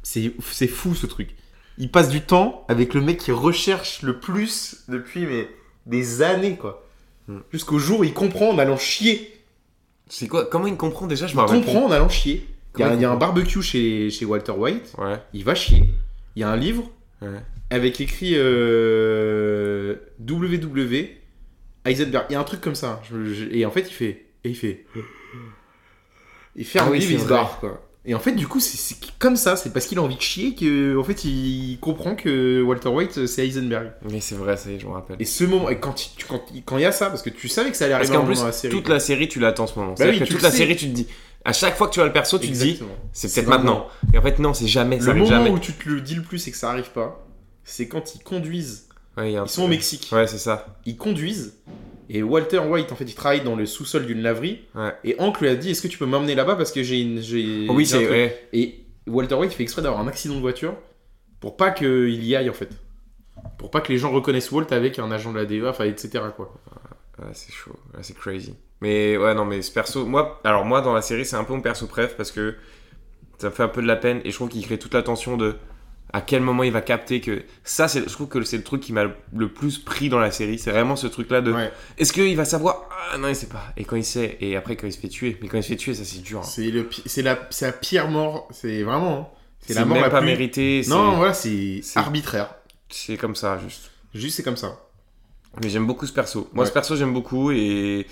S4: c'est c'est fou ce truc. Il passe du temps avec le mec qui recherche le plus depuis mais, des années, quoi.
S3: Hmm.
S4: Jusqu'au jour où il comprend en allant chier.
S3: C'est quoi Comment il comprend déjà Je
S4: Il
S3: m'en rappelle.
S4: comprend en allant chier. Il y, a,
S3: Comment
S4: il y a un barbecue chez, chez Walter White,
S3: plus. Ouais.
S4: il va chier. Il y a un livre
S3: Ouais.
S4: avec écrit euh, WW Heisenberg. Il y a un truc comme ça. Je- je- et en fait, il fait. Et il fait. Il ferme
S3: Ah oui,
S4: le livre,
S3: c'est
S4: il se
S3: vrai.
S4: barre, quoi. Et en fait, du coup, c'est- c'est comme ça. C'est parce qu'il a envie de chier que, en fait, il comprend que Walter White, c'est Heisenberg.
S3: Mais c'est vrai, ça y est, je me rappelle.
S4: Et ce moment, et quand il quand, il- quand il y a ça, parce que tu savais que ça allait
S3: Parce
S4: arriver à un
S3: qu'en
S4: moment
S3: plus,
S4: dans la série.
S3: toute la série, tu l'attends en ce moment. C'est-à-dire
S4: Bah oui,
S3: que
S4: tu
S3: toute
S4: le
S3: la
S4: sais.
S3: série, tu te dis, à chaque fois que tu vois le perso, tu te dis,
S4: Exactement.
S3: c'est
S4: C'est
S3: peut-être maintenant. Et en fait, non, c'est jamais, ça
S4: Le
S3: arrive
S4: moment
S3: jamais.
S4: où tu te le dis le plus et que ça arrive pas, c'est quand ils conduisent.
S3: Ouais, il y a un
S4: Ils sont au
S3: truc.
S4: Mexique.
S3: Ouais, c'est ça.
S4: ils conduisent et Walter White en fait il travaille dans le sous-sol d'une laverie
S3: Ouais.
S4: et Hank lui a dit est-ce que tu peux m'emmener là-bas parce que j'ai une j'ai
S3: Oh oui,
S4: j'ai un
S3: c'est.
S4: truc.
S3: ouais.
S4: et Walter White fait exprès d'avoir un accident de voiture pour pas qu'il y aille en fait pour pas que les gens reconnaissent Walt avec un agent de la DEA enfin etc quoi
S3: Ouais, c'est chaud. Ouais, c'est crazy. Mais ouais, non, mais ce perso, moi, alors moi, dans la série, c'est un peu mon perso préf parce que ça me fait un peu de la peine et je trouve qu'il crée toute la tension de à quel moment il va capter que ça c'est je trouve que c'est le truc qui m'a le plus pris dans la série c'est vraiment ce truc là de
S4: Ouais.
S3: est-ce qu'il va savoir ah non il sait pas et quand il sait et après quand il se fait tuer mais quand il se fait tuer ça c'est dur hein.
S4: c'est le pi- c'est la c'est la pire mort c'est vraiment hein. c'est la
S3: C'est
S4: mort
S3: même
S4: la
S3: pas
S4: plus
S3: mérité c'est-
S4: non voilà c'est
S3: c'est-
S4: arbitraire
S3: c'est comme ça juste
S4: juste c'est comme ça
S3: mais j'aime beaucoup ce perso moi
S4: Ouais.
S3: ce perso j'aime beaucoup et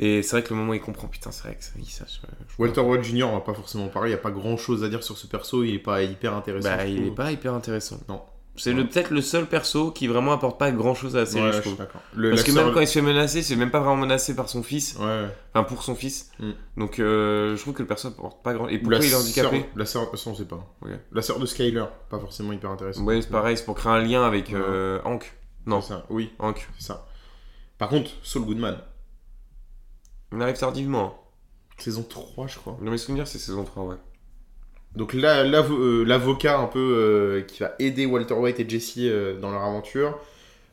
S3: et c'est vrai que le moment où il comprend putain c'est vrai que ça, il sache euh, je-
S4: Walter White Jr on va pas forcément parler il y a pas grand chose à dire sur ce perso il est pas hyper intéressant
S3: bah
S4: je
S3: il est
S4: trouve.
S3: pas hyper intéressant
S4: Non.
S3: c'est le- peut-être le seul perso qui vraiment apporte pas grand chose à la série
S4: Ouais,
S3: je
S4: je suis
S3: trouve
S4: d'accord. Le-
S3: parce
S4: la
S3: que
S4: sœur-
S3: même quand il se fait menacer c'est même pas vraiment menacé par son fils
S4: Ouais, ouais.
S3: enfin pour son fils
S4: Mm.
S3: donc euh, je trouve que le perso apporte pas grand et
S4: Ou
S3: pourquoi il est
S4: sœur-
S3: handicapé
S4: La sœur, ça on sait pas.
S3: Ok.
S4: La sœur de Skyler, pas forcément hyper intéressante.
S3: ouais c'est pareil c'est pour créer un lien avec euh, Hank non.
S4: C'est ça, Oui,
S3: Hank
S4: c'est ça. Par contre, Saul Goodman,
S3: il arrive tardivement hein.
S4: saison 3, je crois.
S3: dans mes souvenirs c'est saison 3 ouais
S4: Donc là, l'avo- euh, l'avocat un peu euh, qui va aider Walter White et Jesse euh, dans leur aventure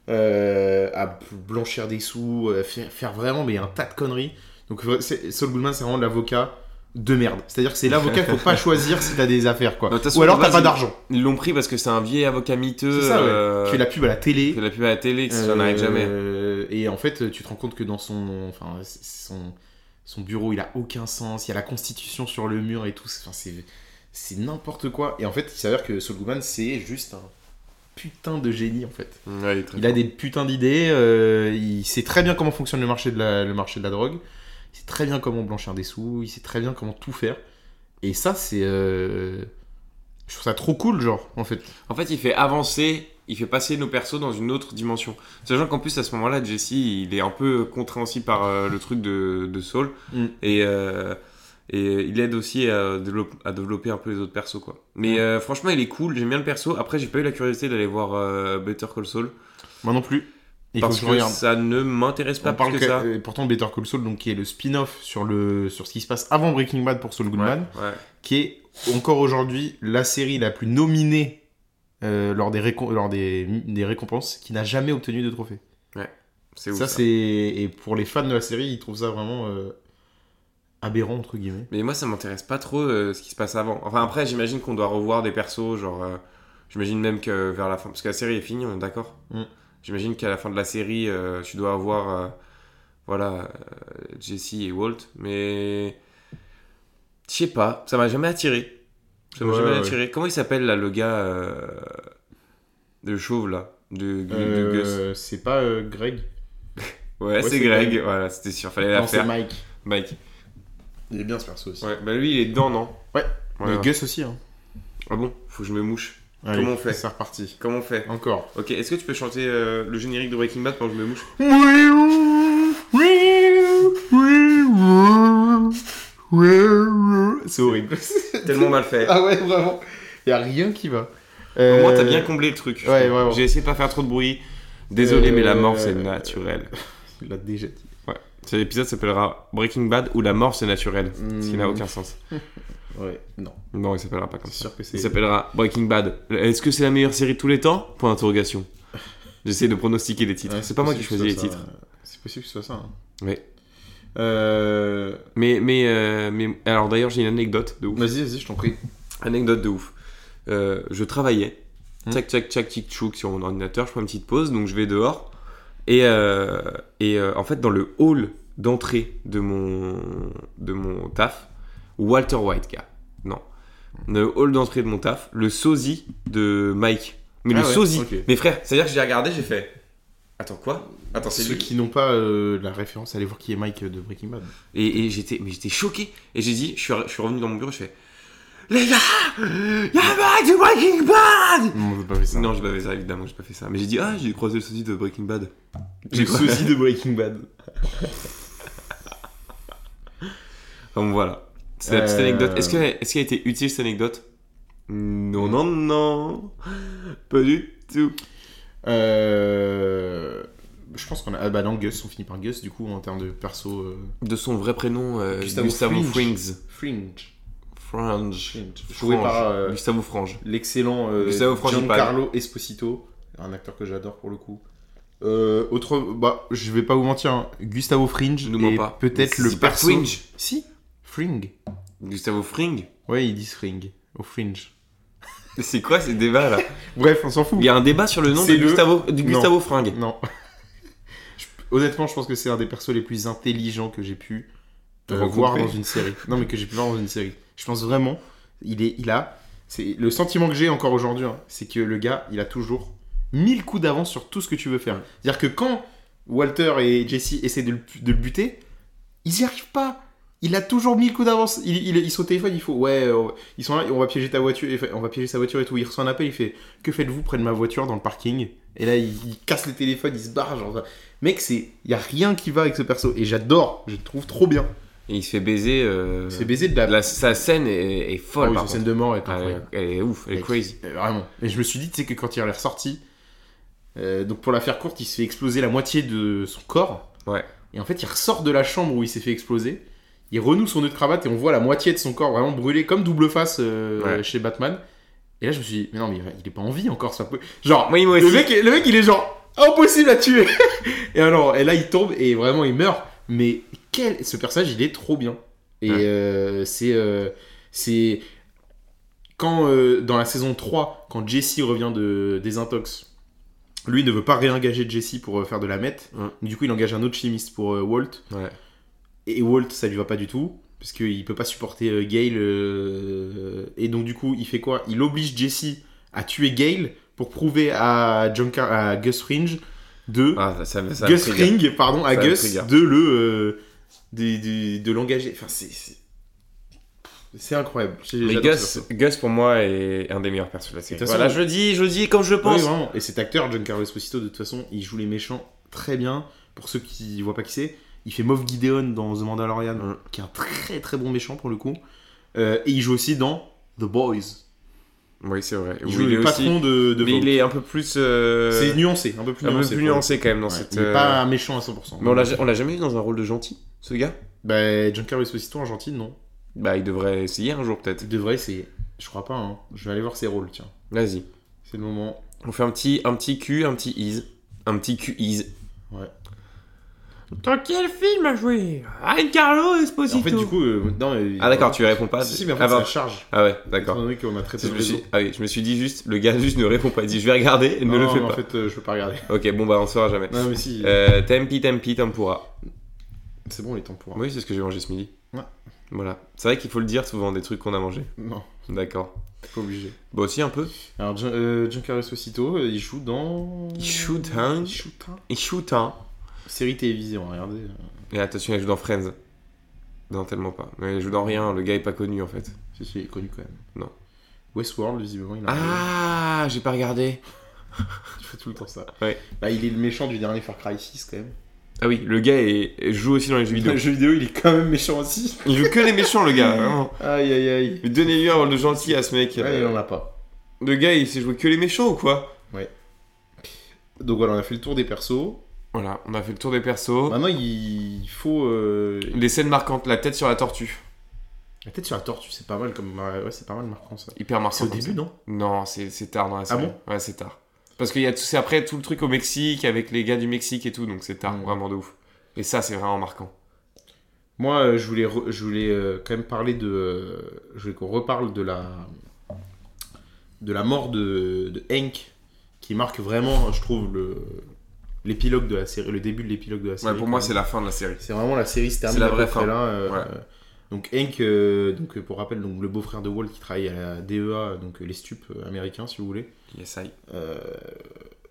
S4: euh, à b- blanchir des sous, euh, faire, faire vraiment mais un tas de conneries. Donc vra- c'est- Saul Goodman, c'est vraiment l'avocat de merde. C'est-à-dire que c'est l'avocat qu'il
S3: [LAUGHS]
S4: faut pas choisir si t'as des affaires quoi.
S3: De toute façon,
S4: Ou alors
S3: de
S4: t'as
S3: base,
S4: pas
S3: il-
S4: d'argent.
S3: Ils l'ont pris parce que c'est un vieil avocat miteux.
S4: C'est ça, ouais.
S3: euh,
S4: Tu fais la pub à la télé.
S3: qui fait de la pub à la télé, que ça n'arrive jamais.
S4: Euh, Et en fait, tu te rends compte que dans son, enfin, c- son, son bureau, il a aucun sens. Il y a la Constitution sur le mur et tout. C'est- Enfin, c'est, c'est n'importe quoi. Et en fait, il s'avère que Saul Goodman, c'est juste un putain de génie en fait.
S3: Ouais, il est très
S4: Il a
S3: fort.
S4: des putains d'idées. euh, il sait très bien comment fonctionne le marché de la, le marché de la drogue. Il sait très bien comment blanchir des sous. Il sait très bien comment tout faire. Et ça, c'est, euh, je trouve ça trop cool, genre en fait.
S3: En fait, il fait avancer, il fait passer nos persos dans une autre dimension. Sachant qu'en plus, à ce moment-là, Jesse, il est un peu contraint aussi par euh, le truc de, de Saul.
S4: Mm.
S3: Et, euh, et il aide aussi à, dévelop- à développer un peu les autres persos. quoi.
S4: Mm.
S3: Mais euh, franchement, il est cool, j'aime bien le perso. Après, j'ai pas eu la curiosité d'aller voir euh, Better Call Saul.
S4: Moi non plus. Il faut
S3: parce
S4: je
S3: que, ça ne m'intéresse pas
S4: On parle
S3: plus que,
S4: que-
S3: ça.
S4: euh, pourtant Better Call Saul, donc, qui est le spin-off sur, le, sur ce qui se passe avant Breaking Bad pour Saul Goodman,
S3: Ouais.
S4: qui est encore aujourd'hui la série la plus nominée euh, lors, des, récom- lors des, des récompenses, qui n'a jamais obtenu de trophée.
S3: C'est ouf.
S4: ça,
S3: ça.
S4: c'est. Et pour les fans de la série, ils trouvent ça vraiment euh, aberrant, entre guillemets.
S3: Mais moi, ça m'intéresse pas trop euh, ce qui se passe avant. Enfin, après, j'imagine qu'on doit revoir des persos, genre. euh, J'imagine même que vers la fin, parce que la série est finie, on est d'accord
S4: Mm.
S3: J'imagine qu'à la fin de la série, euh, tu dois avoir euh, voilà, euh, Jesse et Walt, mais je sais pas, ça m'a jamais attiré. Ça m'a
S4: Ouais,
S3: jamais
S4: ouais.
S3: attiré. Comment il s'appelle là, le gars euh, de chauve là de, de Gus
S4: Euh, c'est pas euh, Greg.
S3: Ouais, c'est
S4: c'est
S3: Greg,
S4: Greg.
S3: voilà, c'était sûr, fallait la
S4: Non, c'est
S3: faire.
S4: Mike.
S3: Mike.
S4: Il est bien ce perso aussi.
S3: Ouais, bah lui il est dedans, non
S4: Ouais.
S3: Voilà.
S4: Mais Gus aussi. Hein.
S3: Ah bon, faut que je me mouche.
S4: Allez,
S3: Comment on fait
S4: C'est reparti.
S3: Comment on fait
S4: Encore.
S3: Ok, est-ce que tu peux chanter euh, le générique de Breaking Bad pendant que je me mouche
S4: [LAUGHS] Ah C'est horrible.
S3: [LAUGHS] Tellement mal fait.
S4: ah ouais, vraiment. Y a rien qui va.
S3: Au
S4: Euh,
S3: moins, t'as bien comblé le truc. je
S4: ouais,
S3: trouve.
S4: vraiment.
S3: J'ai essayé de pas faire trop de bruit. Désolé,
S4: Euh,
S3: mais la mort, c'est
S4: euh,
S3: naturel.
S4: Il l'a déjà dit.
S3: Cet épisode s'appellera Breaking Bad ou la mort, c'est naturel. Ce qui n'a
S4: Mm.
S3: aucun sens.
S4: Ouais, non.
S3: Non, il s'appellera pas comme
S4: C'est
S3: ça.
S4: sûr que c'est.
S3: Il s'appellera Breaking Bad. Est-ce que c'est la meilleure série de tous les temps Point d'interrogation. J'essaie de pronostiquer les titres.
S4: Ouais,
S3: c'est pas moi qui
S4: possible que
S3: choisis les
S4: ce soit
S3: titres.
S4: ça, euh, C'est possible que ce soit ça. hein.
S3: Ouais.
S4: Euh,
S3: Mais, mais, euh, mais alors d'ailleurs, j'ai une anecdote de ouf.
S4: Vas-y, vas-y, je t'en prie.
S3: Anecdote de ouf. Euh, je travaillais.
S4: Hmm.
S3: Tchac, tchac, tchac, tchic, tchouk sur mon ordinateur. Je prends une petite pause, donc je vais dehors. Et, euh, et euh, en fait, dans le hall d'entrée de mon, de mon taf, Walter White, gars. Non. Le hall d'entrée de mon taf, le sosie de Mike. Mais
S4: Ah
S3: le
S4: ouais,
S3: sosie.
S4: ok.
S3: Mes frères, c'est-à-dire que j'ai regardé, j'ai fait. Attends, quoi Attends, c'est
S4: Ceux
S3: lui.
S4: qui n'ont pas euh, la référence, allez voir qui est Mike de Breaking Bad.
S3: Et, et j'étais, mais j'étais choqué. Et j'ai dit, je suis, re- je suis revenu dans mon bureau, je fais. Les gars, y'a un mec de Breaking Bad
S4: Non, on veut pas faire ça.
S3: Non, j'ai pas fait ça, évidemment, j'ai pas fait ça. Mais j'ai dit, ah, j'ai croisé le sosie de Breaking Bad.
S4: j'ai le
S3: pas-
S4: souci de Breaking Bad.
S3: [LAUGHS] Enfin, bon, voilà. C'est la petite
S4: Euh.
S3: anecdote. Est-ce que- est-ce qu'elle est a été utile cette anecdote Non, non, non. Pas du tout.
S4: Euh, Je pense qu'on a. Ah bah non, Gus, on finit par Gus du coup en termes de perso. euh,
S3: De son vrai prénom, euh,
S4: Gustavo
S3: Gustavo
S4: Fringe.
S3: Frings.
S4: Fringe.
S3: Frange.
S4: Fringe. Joué
S3: Frange.
S4: par euh,
S3: Gustavo Frange.
S4: l'excellent euh,
S3: Gustavo Frangipane.
S4: Giancarlo Esposito, un acteur que j'adore pour le coup. Euh, autre, bah, je vais pas vous mentir, hein, Gustavo Fringe
S3: Nous mens
S4: est
S3: pas.
S4: peut-être
S3: Mais
S4: le
S3: c'est pas
S4: perso.
S3: Fringe.
S4: Si, Fringe.
S3: Gustavo Fring
S4: Ouais, ils disent Fringe au Fringe.
S3: Mais [LAUGHS] C'est quoi ces débats là
S4: Bref, on s'en fout.
S3: Il y a un débat sur le nom de
S4: C'est le-
S3: Gustavo, du
S4: Non.
S3: Gustavo Fring.
S4: Non. Je- Honnêtement, je pense que c'est un des persos les plus intelligents que j'ai pu euh,
S3: Rencontrer.
S4: voir dans une série. Non, mais que j'ai pu voir dans une série. Je pense vraiment, il est, il a, c'est le sentiment que j'ai encore aujourd'hui, hein, c'est que le gars, il a toujours mille coups d'avance sur tout ce que tu veux faire. C'est-à-dire que quand Walter et Jesse essaient de le, de le buter, ils y arrivent pas. Il a toujours mille coups d'avance. Il, il, il est au téléphone, il faut ouais, euh, ils sont là, on va piéger ta voiture, et fa- on va piéger sa voiture et tout. Il reçoit un appel, il fait que faites-vous près de ma voiture dans le parking Et là, il, il casse les téléphones, il se barre. Genre, mec, c'est y a rien qui va avec ce perso et j'adore. Je le trouve trop bien.
S3: Et il se fait baiser. euh,
S4: C'est baiser de la,
S3: la- sa scène est, est
S4: Ah
S3: folle.
S4: oui,
S3: par
S4: sa
S3: contre.
S4: scène de mort et
S3: Ah, elle, est- elle est ouf, elle est
S4: Mec,
S3: crazy.
S4: euh, Vraiment. Et je me suis dit, tu sais, que quand il est ressorti, euh, donc pour la faire courte, il se fait exploser la moitié de son corps.
S3: Ouais.
S4: Et en fait, il ressort de la chambre où il s'est fait exploser. Il renoue son nœud de cravate et on voit la moitié de son corps vraiment brûlé comme double face euh,
S3: Ouais.
S4: chez Batman. Et là, je me suis dit, mais non, mais il va- il est pas en vie encore, ça peut. Genre,
S3: Oui, moi
S4: le
S3: aussi.
S4: mec, le mec, il est genre impossible à tuer. [LAUGHS] et alors, et là, il tombe et vraiment, il meurt. Mais quel, ce personnage, il est trop bien. Et
S3: Ouais.
S4: euh, c'est, euh, c'est quand euh, dans la saison 3, quand Jesse revient de des intox, lui ne veut pas réengager Jesse pour euh, faire de la meth.
S3: Ouais.
S4: Du coup, il engage un autre chimiste pour euh, Walt.
S3: Ouais.
S4: Et Walt, ça lui va pas du tout, parce qu'il peut pas supporter euh, Gale. euh, et donc, du coup, il fait quoi Il oblige Jesse à tuer Gale pour prouver à, Junker, à Gus Fringe de.
S3: Ah, ça, ça, ça me
S4: Gus
S3: trigger.
S4: Fring, pardon, à
S3: Ça me
S4: Gus
S3: trigger.
S4: de le. euh, de, de- de l'engager. Enfin, c'est. c'est- C'est incroyable. J'ai-
S3: Mais
S4: j'adore
S3: Gus,
S4: ce
S3: Gus pour moi est un des meilleurs persos de la série.
S4: De toute
S3: voilà,
S4: façon-
S3: je le dis, je le dis comme je le
S4: Oui,
S3: pense.
S4: vraiment. Et cet acteur, Giancarlo Esposito, de toute façon, il joue les méchants très bien. Pour ceux qui voient pas qui c'est, il fait Moff Gideon dans The Mandalorian,
S3: Mm.
S4: qui est un très très bon méchant pour le coup. Euh, et il joue aussi dans The Boys.
S3: oui, c'est vrai.
S4: Il
S3: Oui,
S4: joue le
S3: est
S4: patron de, de
S3: mais
S4: Vogue.
S3: il est un peu plus. euh,
S4: C'est nuancé, un peu plus
S3: un peu
S4: nuancé.
S3: plus
S4: pour le coup.
S3: nuancé quand même dans
S4: Ouais,
S3: cette.
S4: il est
S3: euh,
S4: pas un méchant à 100%.
S3: Mais on l'a, on l'a jamais vu dans un rôle de gentil, ce gars
S4: Bah, Giancarlo Esposito en gentil, non.
S3: Bah, il devrait essayer un jour peut-être.
S4: Il devrait essayer. Je crois pas, hein. Je vais aller voir ses rôles, tiens.
S3: Vas-y.
S4: C'est le moment.
S3: On fait un petit, un petit Q, un petit ease. Un petit Q ease.
S4: Ouais.
S5: Dans quel film a joué Anne Carlo
S4: En fait,
S5: Esposito
S4: du coup, euh, maintenant. euh,
S3: Ah d'accord, tu réponds pas.
S4: Si, si, mais en fait,
S3: ah,
S4: ça
S3: bah,
S4: charge.
S3: ah ouais,
S4: Étant
S3: d'accord.
S4: donné qu'on a très
S3: Je
S4: peu de
S3: me, suis...
S4: réseau.
S3: ah oui, je me suis dit juste, le gars juste ne répond pas. Il dit je vais regarder et ne
S4: Non,
S3: le
S4: non,
S3: fait
S4: mais
S3: pas.
S4: En fait, euh, je peux pas regarder.
S3: Ok, bon bah on saura jamais.
S4: Non, mais si.
S3: Euh, tempi, tempi, tempura.
S4: C'est bon, les temps pour.
S3: Oui, c'est ce que j'ai mangé ce midi.
S4: Ouais.
S3: Voilà. C'est vrai qu'il faut le dire souvent des trucs qu'on a mangé.
S4: Non,
S3: D'accord.
S4: t'es pas obligé.
S3: Bah aussi un peu.
S4: Alors, Jun- euh, Giancarlo Esposito, euh, il joue dans.
S3: Il shoot un.
S4: Il shoot un.
S3: Il shoot un.
S4: Série euh. télévisée, on va regarder.
S3: Et attention, il joue dans Friends. Non, tellement pas. Mais il joue dans rien, le gars est pas connu en fait.
S4: Si, si, il est connu quand même.
S3: Non.
S4: Westworld, visiblement, il a.
S3: Ah, j'ai pas regardé.
S4: Il fait tout le temps ça.
S3: Ouais.
S4: Bah, il est le méchant du dernier Far Cry 6, quand même.
S3: Ah oui, le gars est- joue aussi dans les jeux
S4: Dans
S3: vidéo.
S4: le jeu vidéo, il est quand même méchant aussi.
S3: [LAUGHS] Il joue que les méchants, le gars, vraiment.
S4: Aïe, aïe, aïe.
S3: Mais donnez-lui un rôle de gentil à ce mec.
S4: Ouais, il en a pas.
S3: Le gars, il sait jouer que les méchants ou quoi
S4: Donc voilà, on a fait le tour des persos.
S3: Voilà, on a fait le tour des persos.
S4: Maintenant, il il faut. euh,
S3: Les scènes marquantes, la tête sur la tortue.
S4: La tête sur la tortue, c'est pas mal comme. Ouais, c'est pas mal marquant ça.
S3: Hyper marquant.
S4: C'est au
S3: comme
S4: début,
S3: ça.
S4: non
S3: Non, c'est c'est tard dans la série.
S4: Ah bon
S3: Ouais, c'est tard. Parce qu'il y a tout, c'est après tout le truc au Mexique avec les gars du Mexique et tout, donc c'est tard,
S4: Mm.
S3: vraiment de ouf. Et ça, c'est vraiment marquant.
S4: Moi, euh, je voulais, re- je voulais euh, quand même parler de. euh, je voulais qu'on reparle de la. de la mort de, de Hank, qui marque vraiment, je trouve, le l'épilogue de la série, le début de l'épilogue de la série.
S3: Ouais, pour moi, c'est la fin de la série.
S4: C'est vraiment la série se termine
S3: C'est la
S4: à peu
S3: vraie
S4: près
S3: fin.
S4: là. euh,
S3: Ouais.
S4: euh, donc Hank, euh, donc, euh, pour rappel, donc, le beau-frère de Walt qui travaille à la DEA, donc euh, les stupes euh, américains, si vous voulez.
S3: Yes, I.
S4: Euh,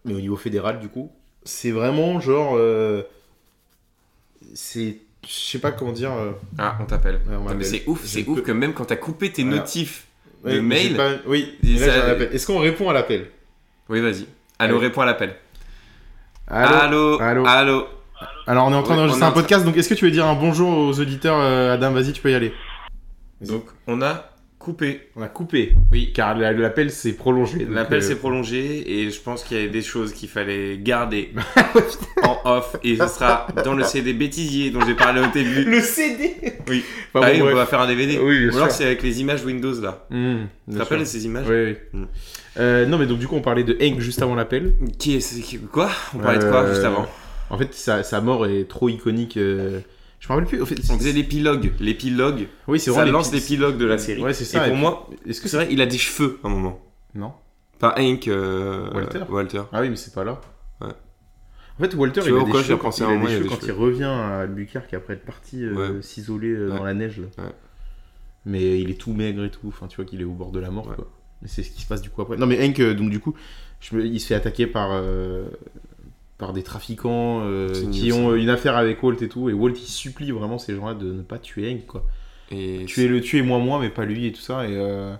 S4: mais au niveau fédéral du coup, c'est vraiment genre, euh, c'est, je sais pas comment dire, euh,
S3: Ah, on t'appelle.
S4: Ouais, on
S3: Putain, mais
S4: m'appelle.
S3: c'est ouf,
S4: J'ai
S3: c'est
S4: peu-
S3: ouf que même quand t'as coupé tes
S4: Voilà.
S3: notifs.
S4: ouais,
S3: Le
S4: j'ai
S3: mail
S4: pas- oui,
S3: Et
S4: là, j'ai
S3: ça-
S4: un appel. Est-ce qu'on répond à l'appel
S3: Oui, vas-y. Allô,
S4: Allez.
S3: réponds à l'appel.
S4: Allô
S3: Allô,
S4: Allô.
S3: allô.
S4: Alors on est en train
S3: Ouais,
S4: d'enregistrer
S3: on est
S4: un
S3: en train-
S4: podcast, donc est-ce que tu veux dire un bonjour aux auditeurs, euh, Adam Vas-y, tu peux y aller. Vas-y.
S3: Donc, on a coupé.
S4: On a coupé,
S3: Oui.
S4: car la- l'appel s'est prolongé. donc,
S3: L'appel
S4: euh,
S3: s'est prolongé et je pense qu'il y avait des choses qu'il fallait garder
S4: [LAUGHS]
S3: en off et ce sera dans le CD bêtisier dont j'ai parlé au début.
S4: Le CD.
S3: Oui.
S4: Enfin,
S3: Ah
S4: bon,
S3: oui, on
S4: bref.
S3: va faire un DVD.
S4: Oui, bien
S3: Ou alors
S4: sûr.
S3: c'est avec les images Windows là.
S4: Mmh,
S3: Tu
S4: bien
S3: te rappelles
S4: sûr.
S3: ces images
S4: Oui, oui.
S3: Mm.
S4: Euh, non mais donc du coup on parlait de Hank juste avant l'appel.
S3: Qui est, c'est- qui- Quoi On parlait de quoi
S4: Euh,
S3: juste avant
S4: En fait, sa, sa mort est trop iconique. euh, Je me rappelle plus. En fait,
S3: On disait l'épilogue. L'épilogue,
S4: Oui, c'est
S3: ça
S4: vraiment
S3: lance
S4: l'épi-
S3: l'épilogue de la série.
S4: Ouais, c'est ça,
S3: Et
S4: et
S3: pour
S4: puis-
S3: moi,
S4: Est-ce que
S3: c'est vrai, il a des cheveux à un moment.
S4: Non.
S3: Enfin, Hank, euh,
S4: Walter.
S3: Walter.
S4: Ah oui, mais c'est pas là.
S3: Ouais.
S4: En fait, Walter,
S3: Tu
S4: il
S3: vois
S4: a des
S3: pourquoi j'ai
S4: cheveux quand,
S3: pensé
S4: il,
S3: à
S4: a
S3: un
S4: des
S3: moment, il a
S4: cheveux
S3: des
S4: quand il
S3: cheveux.
S4: revient à Albuquerque après être parti euh,
S3: Ouais.
S4: s'isoler euh, dans
S3: Ouais.
S4: la neige. Là.
S3: Ouais.
S4: Mais il est tout maigre et tout. Enfin, tu vois qu'il est au bord de la mort.
S3: Ouais.
S4: quoi. Mais c'est ce qui se passe du coup après. Non, mais Hank, euh, donc du coup, je me- il se fait attaquer par. euh, par des trafiquants euh,
S3: C'est
S4: qui
S3: nul,
S4: ont euh, une affaire avec Walt et tout et Walt il supplie vraiment ces gens-là de ne pas tuer Hank quoi.
S3: Et
S4: tuer le tuer moi moi mais pas lui et tout ça et, euh,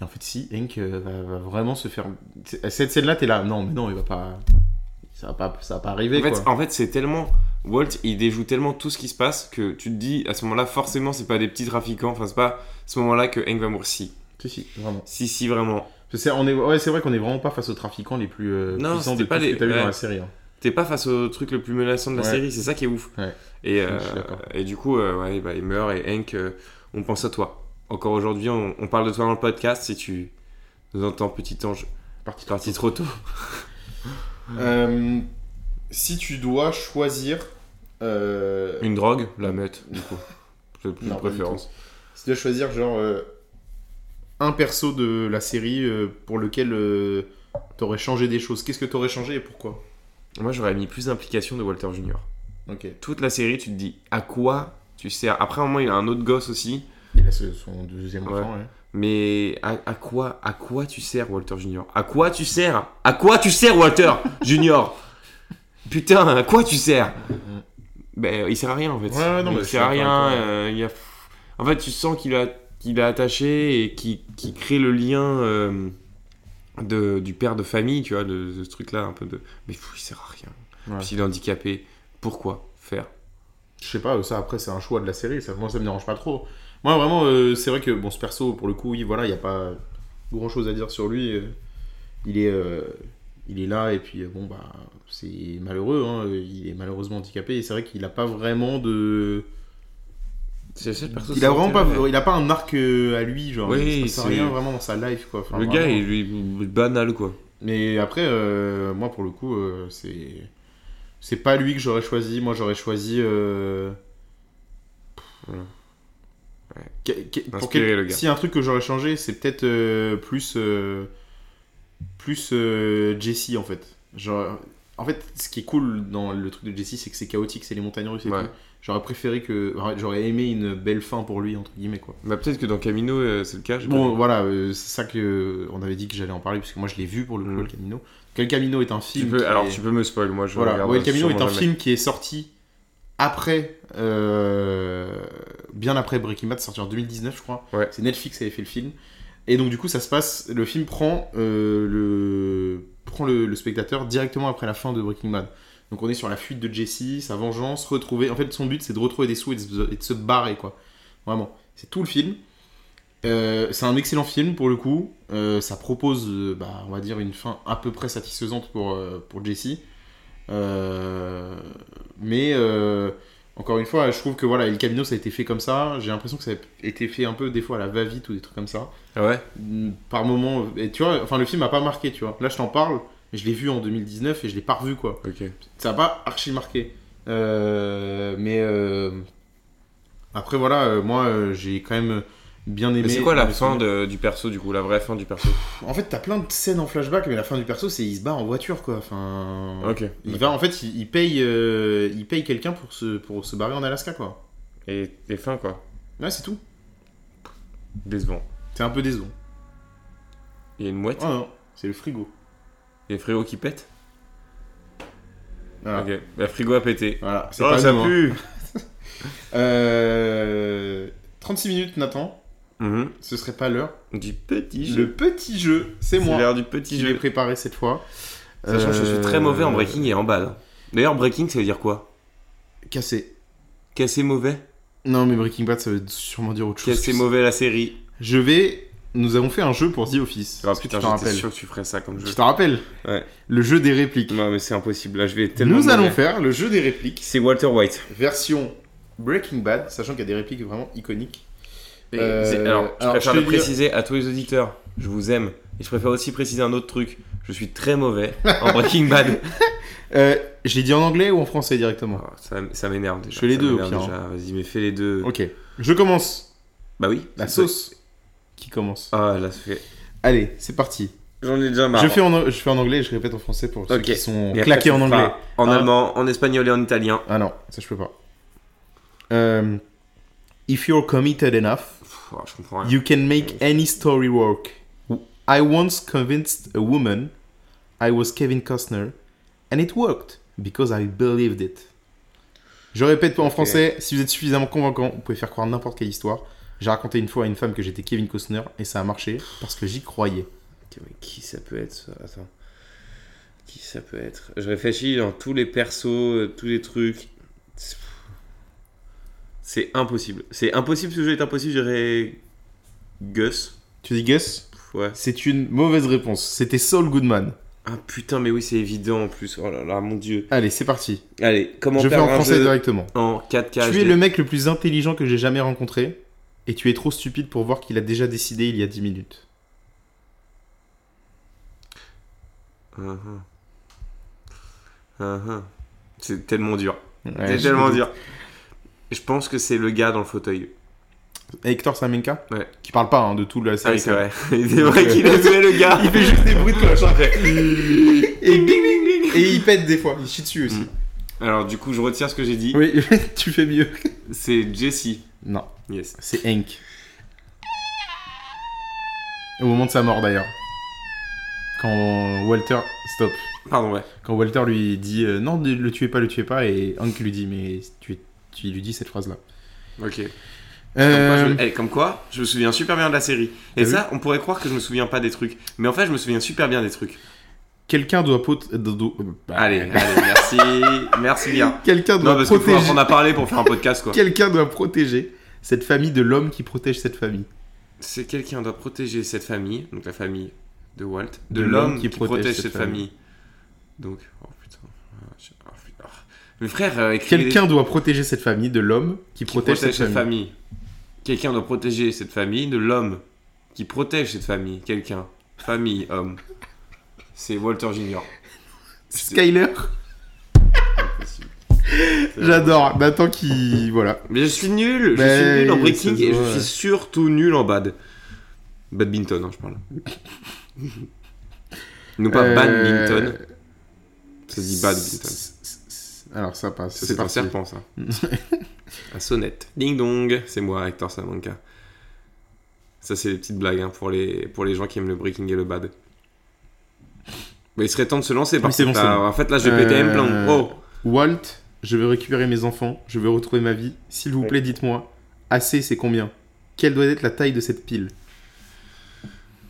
S4: et en fait si Hank euh, va, va vraiment se faire C'est- à cette scène là t'es là non mais non il va pas ça va pas ça va pas arriver
S3: En fait,
S4: quoi
S3: en fait, c'est tellement. Walt, il déjoue tellement tout ce qui se passe que tu te dis, à ce moment-là, forcément, c'est pas des petits trafiquants. Enfin, c'est pas à ce moment-là que Hank va mourir. Si,
S4: si si vraiment
S3: si, si, vraiment.
S4: Parce que c'est on est ouais c'est vrai qu'on est vraiment pas face aux trafiquants les plus euh,
S3: Non,
S4: puissants de
S3: c'était pas
S4: tout ce
S3: les-
S4: que t'as vu
S3: ouais.
S4: dans la série hein.
S3: T'es pas face au truc le plus menaçant de la
S4: Ouais.
S3: série, c'est ça qui est ouf.
S4: Ouais.
S3: Et,
S4: Je suis
S3: euh,
S4: d'accord.
S3: et du coup, euh, ouais, bah, il meurt et Hank, euh, on pense à toi. Encore aujourd'hui, on, on parle de toi dans le podcast si tu nous entends, petit ange.
S4: Parti trop
S3: Parti trop tôt.
S4: Euh, si tu dois choisir euh,
S3: [LAUGHS] Une drogue, la meute, du coup. Plus plus de
S4: Non, pas du
S3: préférence.
S4: Si tu dois choisir genre euh, un perso de la série euh, pour lequel euh, t'aurais changé des choses, qu'est-ce que t'aurais changé et pourquoi
S3: Moi, j'aurais mis plus d'implication de Walter Jr.
S4: Ok.
S3: toute la série, tu te dis à quoi tu sers. Après, au moins, il a un autre gosse aussi,
S4: Il a ce- son deuxième hein.
S3: Ouais.
S4: enfant. ouais.
S3: mais à, à quoi, à quoi tu sers, Walter Junior À quoi tu sers À quoi tu sers, Walter [LAUGHS] Junior Putain, à quoi tu sers Ben, il sert à rien en fait.
S4: Ouais, ouais, non, mais
S3: il
S4: je suis
S3: sert à
S4: d'accord
S3: rien.
S4: avec toi.
S3: euh, il y a... En fait, tu sens qu'il a, qu'il a attaché et qui crée le lien euh, de, du père de famille, tu vois, de, de ce truc-là, un peu de. Mais pff, il sert à rien.
S4: Ouais.
S3: Puis il est handicapé. Pourquoi faire
S4: Je sais pas, euh, ça après c'est un choix de la série, ça, moi ça me dérange pas trop. Moi vraiment, euh, c'est vrai que bon, ce perso, pour le coup, oui, voilà, il n'y a pas grand chose à dire sur lui. euh, il, est, euh, il est là et puis euh, bon, bah, c'est malheureux, hein, euh, il est malheureusement handicapé et c'est vrai qu'il n'a pas vraiment de.
S3: C'est ça le perso.
S4: Il a vraiment pas, il a pas un arc euh, à lui, genre,
S3: Oui,
S4: il se passe
S3: c'est-
S4: rien vraiment dans sa life quoi. Enfin,
S3: le
S4: vraiment.
S3: gars il il est banal quoi.
S4: Mais après, euh, moi pour le coup, euh, c'est. C'est pas lui que j'aurais choisi. Moi, j'aurais choisi. euh, que- que- pour
S3: Inspiré,
S4: quel-
S3: le gars.
S4: Si un truc que j'aurais changé, c'est peut-être euh, plus. euh, plus euh, Jesse, en fait. Genre, en fait, ce qui est cool dans le truc de Jesse, c'est que c'est chaotique, c'est les montagnes russes et
S3: Ouais.
S4: tout. J'aurais préféré que. J'aurais aimé une belle fin pour lui, entre guillemets, quoi.
S3: Bah, peut-être que dans Camino, euh, c'est le cas. j'ai pas
S4: Bon,
S3: vu.
S4: voilà, euh, c'est ça que euh, on avait dit que j'allais en parler, parce que moi je l'ai vu pour le coup,
S3: Mhm.
S4: El Camino. Que El Camino est un
S3: Tu
S4: film.
S3: peux-
S4: qui
S3: alors,
S4: est-
S3: tu peux me spoil, moi je
S4: Voilà,
S3: regarde
S4: ouais, El Camino est
S3: sûrement
S4: un
S3: jamais.
S4: film qui est sorti après. euh, bien après Breaking Bad, sorti en 2019, je crois.
S3: Ouais.
S4: C'est Netflix qui avait fait le film. Et donc, du coup, ça se passe. Le film prend, euh, le, prend le, le spectateur directement après la fin de Breaking Bad. Donc, on est sur la fuite de Jesse, sa vengeance, retrouver. En fait, son but, c'est de retrouver des sous et de, se- et de se barrer, quoi. Vraiment. C'est tout le film. Euh, c'est un excellent film pour le coup. Euh, ça propose, euh, bah, on va dire, une fin à peu près satisfaisante pour, euh, pour Jesse. Euh, mais euh, encore une fois, je trouve que voilà, El Camino ça a été fait comme ça. J'ai l'impression que ça a été fait un peu des fois à la va-vite ou des trucs comme ça.
S3: Ah ouais
S4: Mm, Par moment, et tu vois, enfin le film m'a pas marqué, tu vois. Là, je t'en parle, je l'ai vu en 2019 et je l'ai pas revu quoi
S3: Ok.
S4: ça n'a pas archi marqué. Euh, mais euh, après, voilà, euh, moi euh, j'ai quand même bien aimé.
S3: Mais c'est quoi la
S4: dans les
S3: fin
S4: souvenirs.
S3: de- du perso, du coup, la vraie fin du perso
S4: En fait, t'as plein de scènes en flashback, mais la fin du perso, c'est il se bat en voiture quoi. Enfin,
S3: Ok.
S4: il va en fait, il, il paye, euh, il paye quelqu'un pour se, pour se barrer en Alaska quoi.
S3: Et, et fin, quoi.
S4: Ouais, c'est tout.
S3: Décevant.
S4: C'est un peu décevant.
S3: Il y a une mouette
S4: Oh non, c'est le frigo.
S3: Il y a le frigo qui pète
S4: Voilà,
S3: Ok. Le frigo a pété.
S4: Voilà, Ah. c'est
S3: Oh,
S4: pas
S3: ça
S4: nous, hein.
S3: pue
S4: Euh, 36 minutes, Nathan.
S3: Mhm.
S4: Ce serait pas l'heure.
S3: Du petit
S4: Le
S3: jeu.
S4: petit jeu, c'est moi.
S3: l'heure du petit
S4: qui l'ai
S3: jeu.
S4: préparé cette fois.
S3: Sachant que je suis très mauvais en
S4: Euh,
S3: breaking et en bad. hein. D'ailleurs, breaking, ça veut dire quoi
S4: Cassé.
S3: Casser mauvais
S4: Non, mais Breaking Bad, ça veut sûrement dire autre chose.
S3: Casser
S4: que ça.
S3: mauvais la série.
S4: Je vais. Nous avons fait un jeu pour The Office.
S3: Ah
S4: Est-ce que
S3: putain,
S4: tu t'en
S3: j'étais
S4: rappelles
S3: sûr que tu ferais ça comme
S4: Tu
S3: jeu.
S4: t'en rappelles
S3: Ouais.
S4: Le jeu des répliques.
S3: Non, mais c'est impossible. Là, je vais être tellement.
S4: Nous allons
S3: mauvais.
S4: faire le jeu des répliques,
S3: C'est Walter White.
S4: version Breaking Bad, sachant qu'il y a des répliques vraiment iconiques.
S3: Et
S4: Euh,
S3: c'est- alors, je
S4: alors,
S3: préfère
S4: je te
S3: le
S4: dis-
S3: préciser à tous les auditeurs. Je vous aime. Et je préfère aussi préciser un autre truc. Je suis très
S4: [LAUGHS]
S3: mauvais en Breaking Bad.
S4: Euh, je l'ai dit en anglais ou en français directement
S3: Oh, ça ça m'énerve déjà.
S4: Je fais les
S3: ça
S4: deux, au
S3: m'énerve
S4: pire,
S3: déjà. hein. Vas-y, mais fais les deux.
S4: Ok. Je commence.
S3: Bah oui.
S4: La
S3: c'est-
S4: sauce qui commence.
S3: Ah, là, ça fait.
S4: Allez, c'est parti.
S3: J'en ai déjà marre.
S4: Je fais, en, je fais en anglais et je répète en français pour ceux
S3: Ok.
S4: qui sont
S3: Mais après,
S4: claqués
S3: ça
S4: en
S3: se
S4: anglais.
S3: fera En
S4: Ah.
S3: allemand, en espagnol et en italien.
S4: Ah non, ça je peux pas. Euh, if you're committed enough,
S3: Pff, oh, je comprends rien.
S4: you can make any story work. I once convinced a woman I was Kevin Costner, and it worked because I believed it. Je répète en français, si vous êtes suffisamment convaincant, vous pouvez faire croire n'importe quelle histoire. J'ai raconté une fois à une femme que j'étais Kevin Costner et ça a marché parce que j'y croyais.
S3: Ok, mais qui ça peut être ça Attends. Qui ça peut être Je réfléchis dans tous les persos, euh, tous les trucs. C'est- C'est impossible. C'est impossible, ce jeu est impossible, je dirais. Gus.
S4: Tu dis Gus
S3: Pff, Ouais.
S4: C'est une mauvaise réponse. C'était Saul Goodman.
S3: Ah putain, mais oui, c'est évident en plus. Oh là là, mon dieu.
S4: Allez, c'est parti.
S3: Allez, comment
S4: Je fais
S3: faire
S4: en
S3: un
S4: français
S3: jeu
S4: directement.
S3: en 4K
S4: Tu es
S3: HD?
S4: le mec le plus intelligent que j'ai jamais rencontré et tu es trop stupide pour voir qu'il a déjà décidé il y a 10 minutes.
S3: Mhm. Mhm. C'est tellement dur.
S4: Ouais,
S3: c'est
S4: je-
S3: tellement dur. Je pense que c'est le gars dans le fauteuil.
S4: Hector Samenka
S3: Ouais.
S4: Qui parle pas hein, de tout la
S3: Ah
S4: série.
S3: oui, c'est vrai. [LAUGHS] C'est
S4: [LAUGHS]
S3: vrai qu'il a joué le gars.
S4: Il fait juste des bruits de cloche après. et bing bing bing Et il pète des fois, il chie dessus
S3: Mm.
S4: aussi.
S3: Alors du coup, je retire ce que j'ai dit.
S4: Oui, [LAUGHS] tu fais mieux.
S3: C'est Jesse.
S4: Non,
S3: Yes.
S4: c'est Hank. Au moment de sa mort d'ailleurs. Quand Walter. Stop.
S3: Pardon, ouais.
S4: Quand Walter lui dit euh, non, ne le tuez pas, le tuez pas, et Hank lui dit mais tu, tu lui dis cette phrase là.
S3: Ok. Comme quoi,
S4: Euh,
S3: je... eh, comme quoi, je me souviens super bien de la série. Et
S4: T'as
S3: ça, on pourrait croire que je me souviens pas des trucs. Mais en fait, je me souviens super bien des trucs.
S4: Quelqu'un doit pot... do- do- bah,
S3: Allez, allez, merci. merci bien.
S4: Quelqu'un
S3: Non,
S4: doit
S3: parce qu'il faut
S4: protéger.
S3: apprendre à parler pour faire un podcast, quoi.
S4: [LAUGHS] Quelqu'un doit protéger cette famille de l'homme qui protège cette famille.
S3: C'est quelqu'un doit protéger cette famille, donc la famille de Walt, de,
S4: De
S3: l'homme qui, protège, cette famille. Donc, oh putain. Ah, je- ah, putain. Mais frère, euh, écrivez
S4: Quelqu'un doit protéger cette famille de l'homme
S3: qui
S4: qui, protège, cette, famille.
S3: Quelqu'un doit protéger cette famille de l'homme qui protège cette famille. Quelqu'un. Famille, homme. C'est Walter Junior.
S4: Skyler J'adore. Nathan qui. Voilà.
S3: Mais je suis nul, je
S4: Mais
S3: suis nul en
S4: ça
S3: breaking
S4: se
S3: et je
S4: voit, ouais.
S3: suis surtout nul en bad. Badminton, hein, je
S4: [LAUGHS]
S3: parle. non pas
S4: Euh,
S3: badminton, ça se dit badminton.
S4: s- s- s- Alors ça passe.
S3: Ça, C'est un
S4: parti.
S3: serpent ça.
S4: [LAUGHS]
S3: Un sonnette. Ding dong, c'est moi, Hector Salamanca. Ça c'est les petites blagues hein, pour, les, pour les gens qui aiment le breaking et le bad. Mais il serait temps de se lancer parce
S4: c'est
S3: que
S4: bon,
S3: t'as-
S4: c'est bon.
S3: en fait là je vais péter
S4: Euh,
S3: M plein. Oh
S4: Walt, je veux récupérer mes enfants, je veux retrouver ma vie. S'il vous plaît, dites-moi, AC c'est combien Quelle doit être la taille de cette pile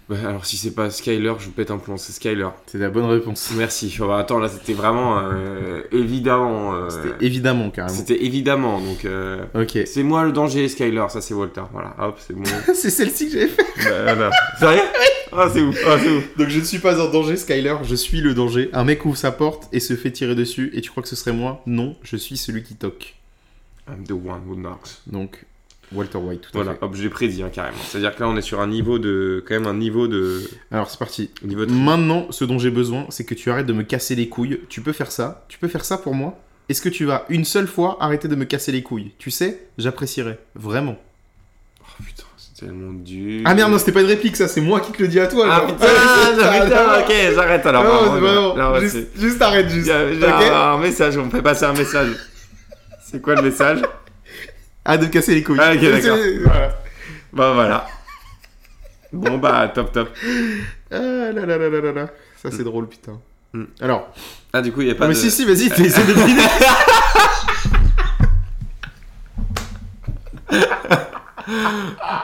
S3: Bah, Alors si c'est pas Skyler, je vous pète un plomb, c'est Skyler.
S4: C'est la bonne réponse.
S3: Merci. Oh, bah, attends, là c'était vraiment euh, évidemment. euh,
S4: C'était évidemment carrément.
S3: C'était évidemment donc. euh,
S4: Ok. [LAUGHS]
S3: C'est moi le danger, Skyler, ça c'est Walter. Voilà, hop, c'est bon.
S4: c'est celle-ci que j'avais fait.
S3: Bah, voilà. Sérieux Ah, c'est ouf, ah, c'est ouf.
S4: Donc je ne suis pas en danger, Skyler, je suis le danger. Un mec ouvre sa porte et se fait tirer dessus, et tu crois que ce serait moi Non, je suis celui qui toque.
S3: I'm the one who knocks.
S4: Donc, Walter White, tout à
S3: Voilà,
S4: fait.
S3: hop, je l'ai prédit hein, carrément. C'est-à-dire que là, on est sur un niveau de. Quand même, un niveau de.
S4: Alors c'est parti.
S3: au Niveau de...
S4: Maintenant, ce dont j'ai besoin, c'est que tu arrêtes de me casser les couilles. Tu peux faire ça Tu peux faire ça pour moi Est-ce que tu vas une seule fois arrêter de me casser les couilles Tu sais, j'apprécierais. Vraiment.
S3: Oh putain, c'est tellement dur.
S4: Ah merde, non, c'était pas une réplique, ça, c'est moi qui te le dis à toi.
S3: Ah
S4: [LAUGHS] genre.
S3: putain,
S4: Ah,
S3: putain,
S4: non.
S3: ok, j'arrête alors.
S4: Non,
S3: pardon,
S4: c'est
S3: non,
S4: vraiment.
S3: non,
S4: juste,
S3: c'est-
S4: juste arrête, juste.
S3: J'ai j'ai
S4: Ok.
S3: un message, on me fait passer un message. C'est quoi le message
S4: Arrête de me casser les couilles.
S3: Ah, ok, d'accord.
S4: [LAUGHS] C'est- voilà.
S3: Bah voilà. Bon bah, top top.
S4: Ah là là là là là là. Ça, c'est drôle, putain.
S3: Mm.
S4: Alors,
S3: Ah, du coup, il n'y a pas
S4: non, mais
S3: de.
S4: si, si, vas-y, t'as essayé
S3: [LAUGHS]
S4: de deviner.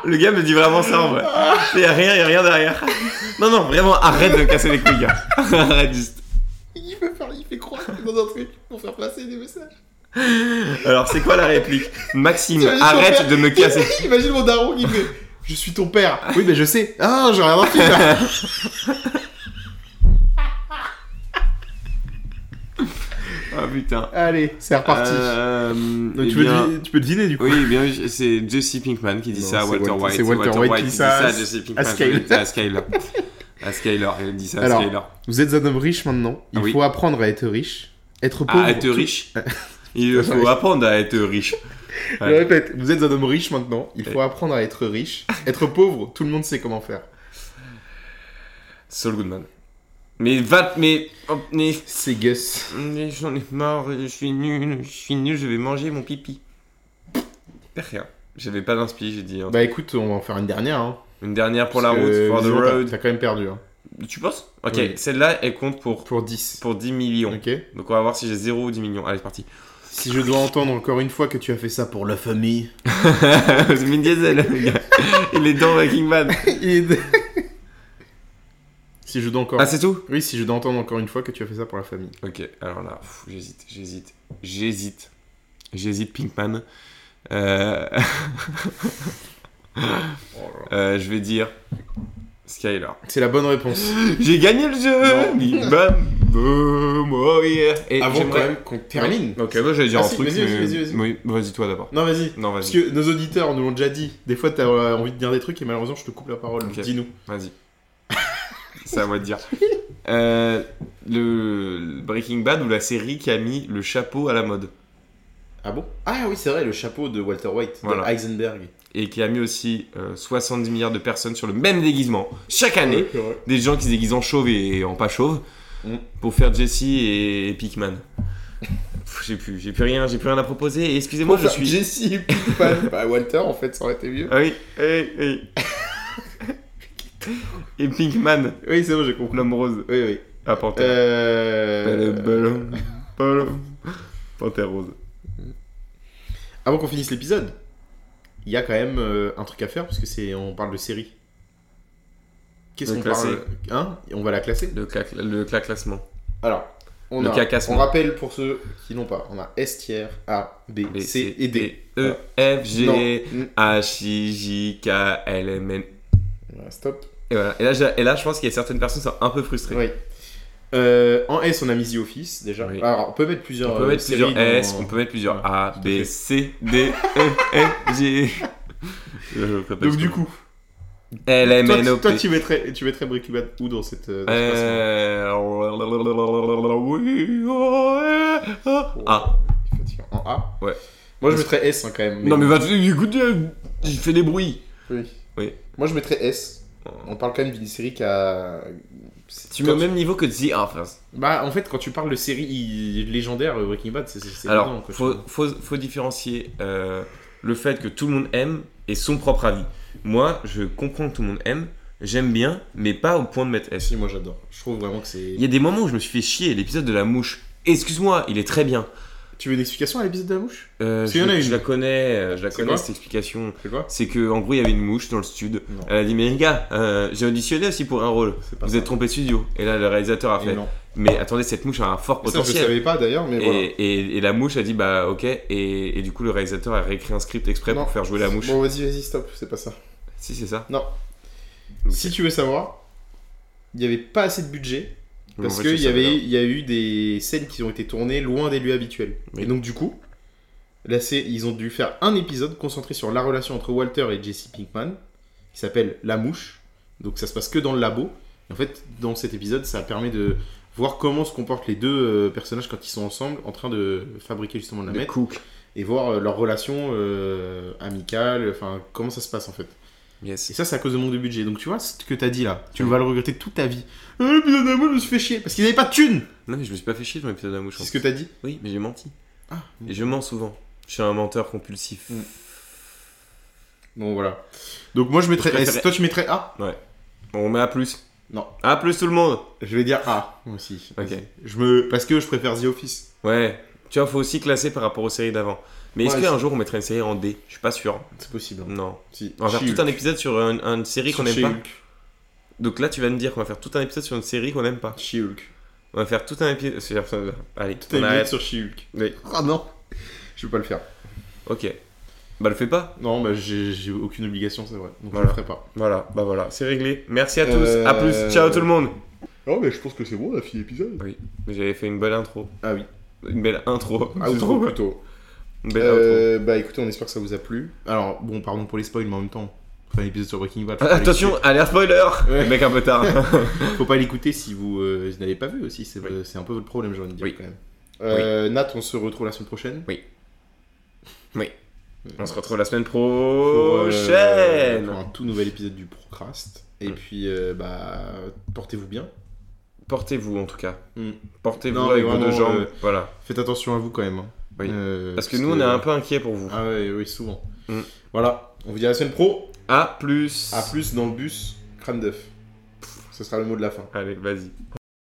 S3: Le gars me dit vraiment ça en vrai.
S4: Ah.
S3: Il a rien, il a rien derrière. Non, non, vraiment, arrête de me casser les couilles. gars. [LAUGHS] arrête juste.
S4: Il veut faire, il fait croire dans un truc pour faire passer des messages.
S3: Alors, c'est quoi la réplique Maxime,
S4: T'imagines ton
S3: arrête
S4: père-
S3: de me
S4: [LAUGHS]
S3: casser.
S4: Imagine mon daron qui fait Je suis ton père. Oui, mais je sais. Ah, j'ai rien
S3: [LAUGHS]
S4: fait là.
S3: Ah putain.
S4: Allez, c'est reparti.
S3: Euh,
S4: Donc
S3: eh
S4: tu peux,
S3: bien,
S4: deviner, tu peux deviner du coup.
S3: Oui, eh bien, je- c'est Jesse Pinkman qui dit
S4: Non,
S3: ça à
S4: c'est
S3: Walter
S4: Walter-
S3: White.
S4: c'est Walter White qui dit ça à-
S3: à Jesse Pinkman.
S4: Skyler.
S3: C'est [LAUGHS] À Skyler. À Skyler, il dit ça à
S4: Alors,
S3: Skyler.
S4: Vous êtes un homme riche maintenant. Il
S3: Ah oui.
S4: faut apprendre à être riche. Être pauvre.
S3: Ah, À être
S4: tout- [LAUGHS]
S3: riche. Il faut apprendre à être riche.
S4: Je
S3: Ouais.
S4: le répète, vous êtes un homme riche maintenant. Il faut apprendre à être riche. Être pauvre, tout le monde sait comment faire.
S3: Saul Goodman. Mais va, mais, oh, mais,
S4: C'est Gus.
S3: mais j'en ai marre, je suis nul, je suis nul, je vais manger mon pipi. Rien. J'avais pas d'inspi, j'ai dit. hein.
S4: Bah écoute, on va en faire une dernière. Hein,
S3: Une dernière pour la
S4: Parce
S3: route,
S4: que,
S3: for the
S4: visiblement, t'as-
S3: road.
S4: T'as quand même perdu. hein.
S3: Tu penses Ok,
S4: Oui.
S3: celle-là, elle compte pour,
S4: Pour 10.
S3: pour 10 millions.
S4: Ok.
S3: Donc on va voir si j'ai 0 ou 10 millions. Allez, c'est parti.
S4: Si je dois entendre encore une fois que tu as fait ça pour la [LAUGHS] famille.
S3: Vin Diesel, [LAUGHS] le gars. il est dans Breaking Bad.
S4: si je dois encore.
S3: Ah, c'est tout
S4: Oui, si je dois entendre encore une fois que tu as fait ça pour la famille.
S3: Ok, alors là, pff, j'hésite, j'hésite, j'hésite. J'hésite, Pinkman. Euh, [LAUGHS] euh, je vais dire Skyler.
S4: C'est la bonne réponse.
S3: J'ai gagné le jeu
S4: Non.
S3: Bim, bam, boum, oh yeah. Et
S4: Avant
S3: j'aimerais-
S4: quand même qu'on termine.
S3: Ok, moi j'allais dire
S4: Ah
S3: un
S4: si,
S3: truc.
S4: vas-y,
S3: mais-
S4: vas-y, vas-y, vas-y.
S3: Oui, vas-y, toi d'abord.
S4: Non, vas-y.
S3: Non,
S4: Parce
S3: vas-y.
S4: que nos auditeurs nous l'ont déjà dit. Des fois, t'as euh, envie de dire des trucs et malheureusement, je te coupe la parole.
S3: Ok.
S4: Dis-nous.
S3: Vas-y. [LAUGHS] C'est à moi de dire. Euh, le le Breaking Bad ou la série qui a mis le chapeau à la mode
S4: Ah bon Ah oui, c'est vrai, le chapeau de Walter White,
S3: Voilà.
S4: Heisenberg.
S3: et qui a mis aussi euh, 70 milliards de personnes sur le même déguisement chaque année. Des gens qui se déguisent en chauve et en pas chauve
S4: Mm.
S3: pour faire Jesse et, et Pickman. Pff, J'ai plus, j'ai plus rien, j'ai plus rien à proposer. Et Excusez-moi,
S4: Moi,
S3: je suis.
S4: Jesse [LAUGHS] Pinkman. bah, Walter, en fait, ça aurait été mieux.
S3: Ah oui, oui, oui. et Pinkman,
S4: Oui, c'est bon, j'ai compris.
S3: l'homme rose.
S4: Oui, oui.
S3: Ah, panthère.
S4: Euh...
S3: Ballon, ballon, ballon. Panthère rose.
S4: Avant qu'on finisse l'épisode, il y a quand même euh, un truc à faire parce que c'est on parle de série. Qu'est-ce
S3: Le
S4: qu'on
S3: classer.
S4: parle Hein On va la classer.
S3: Le, clac- le claclassement.
S4: Alors, on
S3: Le
S4: a-
S3: cacassement.
S4: on rappelle pour ceux qui n'ont pas, on a S tiers A, B,
S3: B,
S4: C et D.
S3: E, F,
S4: Non.
S3: G,
S4: Mm.
S3: H, I, J, K, L, M, N,
S4: Voilà, Stop.
S3: Et, voilà. et, là, j'ai- et là, je pense qu'il y a certaines personnes qui sont un peu frustrées.
S4: Oui. Euh, en S, on a mis The Office déjà.
S3: Oui.
S4: Alors, on peut mettre plusieurs.
S3: On peut
S4: euh,
S3: mettre
S4: séries
S3: plusieurs
S4: dans-
S3: S, on peut mettre plusieurs A,
S4: tout à
S3: B,
S4: fait.
S3: C, D, E, F,
S4: [LAUGHS]
S3: G. Euh, je répète
S4: Donc
S3: ce
S4: du
S3: que-
S4: coup,
S3: L, M,
S4: toi,
S3: N, O,
S4: tu- toi,
S3: P.
S4: tu mettrais, tu mettrais Breaking Bad où dans cette. euh, dans ce classement
S3: Euh, oui, oh, euh, ah.
S4: Il faut tu vois, en A.
S3: Ouais.
S4: Moi, je mettrais S hein, quand même.
S3: Non, mais va, écoute, euh, il fait des bruits.
S4: Oui.
S3: Oui. Oh.
S4: Moi, je mettrais S. On parle quand même d'une série qui a.
S3: Tu mets au même niveau que The Office.
S4: Bah, en fait, quand tu parles de série i- légendaire, euh, Breaking Bad, c'est- c'est c'est évident,
S3: Alors,
S4: quoi,
S3: faut,
S4: tu vois.
S3: faut, faut différencier euh, le fait que tout le monde aime et son propre avis. Moi, je comprends que tout le monde aime, j'aime bien, mais pas au point de mettre S.
S4: Si, moi, j'adore. Je trouve vraiment que c'est.
S3: Il y a des moments où je me suis fait chier, l'épisode de la mouche. Excuse-moi, il est très bien.
S4: Tu veux une explication à l'épisode de la mouche
S3: Euh,
S4: Parce
S3: je,
S4: qu'il y en a une.
S3: je la connais, euh, je la
S4: C'est
S3: connais
S4: quoi
S3: cette explication.
S4: Je vois.
S3: C'est que en gros, il y avait une mouche dans le stud.
S4: Non.
S3: Elle a dit mais les gars, euh, j'ai auditionné aussi pour un rôle.
S4: C'est pas
S3: Vous
S4: ça.
S3: êtes trompé de studio. Et là, le réalisateur a
S4: Et
S3: fait.
S4: non.
S3: Mais attendez, cette mouche a un fort
S4: Ça, je le
S3: potentiel.
S4: savais pas d'ailleurs, mais
S3: et,
S4: voilà.
S3: et- et la mouche a dit bah ok et, et du coup le réalisateur a réécrit un script exprès
S4: Non.
S3: pour faire jouer la mouche.
S4: Bon, vas-y, vas-y, stop, c'est pas ça.
S3: Si c'est ça.
S4: Non.
S3: Ok.
S4: Si tu veux savoir, il n'y avait pas assez de budget
S3: Mais
S4: parce
S3: en fait, je
S4: qu'il y,
S3: savais
S4: avait-
S3: pas.
S4: il y a eu des scènes qui ont été tournées loin des lieux habituels.
S3: Oui.
S4: Et donc, du coup, là, c'est- ils ont dû faire un épisode concentré sur la relation entre Walter et Jesse Pinkman qui s'appelle La Mouche. Donc, ça se passe que dans le labo. Et en fait, dans cet épisode, ça permet de voir comment se comportent les deux euh, personnages quand ils sont ensemble en train de fabriquer justement de la
S3: Le
S4: mettre
S3: cook.
S4: et voir euh, leur relation euh, amicale, enfin, comment ça se passe en fait. Et
S3: Yes.
S4: ça, c'est à cause de manque de budget. Donc tu vois, ce que t'as dit là, tu vas le regretter toute ta vie. Euh, putain, moi, je me suis fait chier parce qu'ils avaient pas de thunes.
S3: Non mais je me suis pas fait chier dans l'épisode de la mouche.
S4: C'est
S3: en
S4: ce que t'as dit.
S3: plus. Oui mais j'ai menti.
S4: Ah.
S3: Et je mens souvent. Je suis un menteur compulsif.
S4: Mm. Bon, voilà. Donc moi, je mettrais
S3: Je préférais-
S4: S. Toi, tu mettrais A
S3: Bon, on met à plus.
S4: Non.
S3: À plus tout le monde.
S4: Je vais dire A. Moi aussi.
S3: Ok.
S4: Vas-y. Je me... Parce que je préfère The Office.
S3: Ouais. Tu vois faut aussi classer par rapport aux séries d'avant. Mais est-ce
S4: Ouais,
S3: qu'un jour on mettrait une série en D Je suis pas sûr.
S4: C'est possible. hein.
S3: Non.
S4: Si.
S3: On va faire
S4: She-Hulk.
S3: tout un épisode sur une, une série qu'on aime
S4: Sur
S3: pas.
S4: She-Hulk.
S3: Donc là, tu vas me dire qu'on va faire tout un épisode sur une série qu'on aime pas.
S4: She-Hulk.
S3: On va faire tout un épisode. sur- Allez,
S4: Tout
S3: on
S4: un épisode
S3: arrête.
S4: sur She-Hulk.
S3: Oui.
S4: Ah non. Je peux pas le faire.
S3: Ok. Bah, le fais pas.
S4: Non, bah j'ai j'ai aucune obligation, c'est vrai. Donc
S3: Voilà.
S4: je le ferai pas.
S3: Voilà, bah voilà, c'est réglé. Merci à tous.
S4: Euh,
S3: À plus. Ciao tout le monde.
S4: Oh, mais je pense que c'est bon, la fille épisode.
S3: J'avais fait une belle intro.
S4: Ah oui.
S3: Une belle intro.
S4: [LAUGHS] Ah,
S3: Je
S4: outro
S3: trouve.
S4: plutôt.
S3: Une belle intro.
S4: Euh, bah écoutez, on espère que ça vous a plu. Alors, bon, pardon pour les spoils, mais en même temps, enfin, l'épisode sur Breaking Bad. faut
S3: Ah,
S4: pas
S3: Attention, alerte spoiler.
S4: Ouais.
S3: Le mec un peu
S4: [LAUGHS]
S3: tard.
S4: l'écouter- Faut pas l'écouter si vous, euh, vous n'avez pas vu aussi, c'est euh,
S3: Oui.
S4: c'est un peu votre problème, j'ai envie de dire
S3: Oui.
S4: quand même. Euh, Nat, on se retrouve la semaine prochaine. Euh,
S3: Oui. Oui. on se retrouve la semaine
S4: Pour, euh,
S3: prochaine.
S4: pour un tout nouvel épisode du Procrast. Et
S3: Mm.
S4: puis, euh, bah, portez-vous bien.
S3: Portez-vous en tout cas.
S4: Mm.
S3: Portez-vous
S4: Non, mais
S3: avec vos deux
S4: vraiment,
S3: jambes.
S4: euh,
S3: Voilà.
S4: Faites attention à vous quand même. hein.
S3: Oui.
S4: Euh,
S3: Parce que nous, on est un peu inquiets pour vous.
S4: Ah ouais, oui, souvent.
S3: Mm.
S4: Voilà, on vous dit à la semaine pro.
S3: À plus.
S4: À plus dans le bus, crâne d'œuf. Ce sera le mot de la fin.
S3: Allez, vas-y.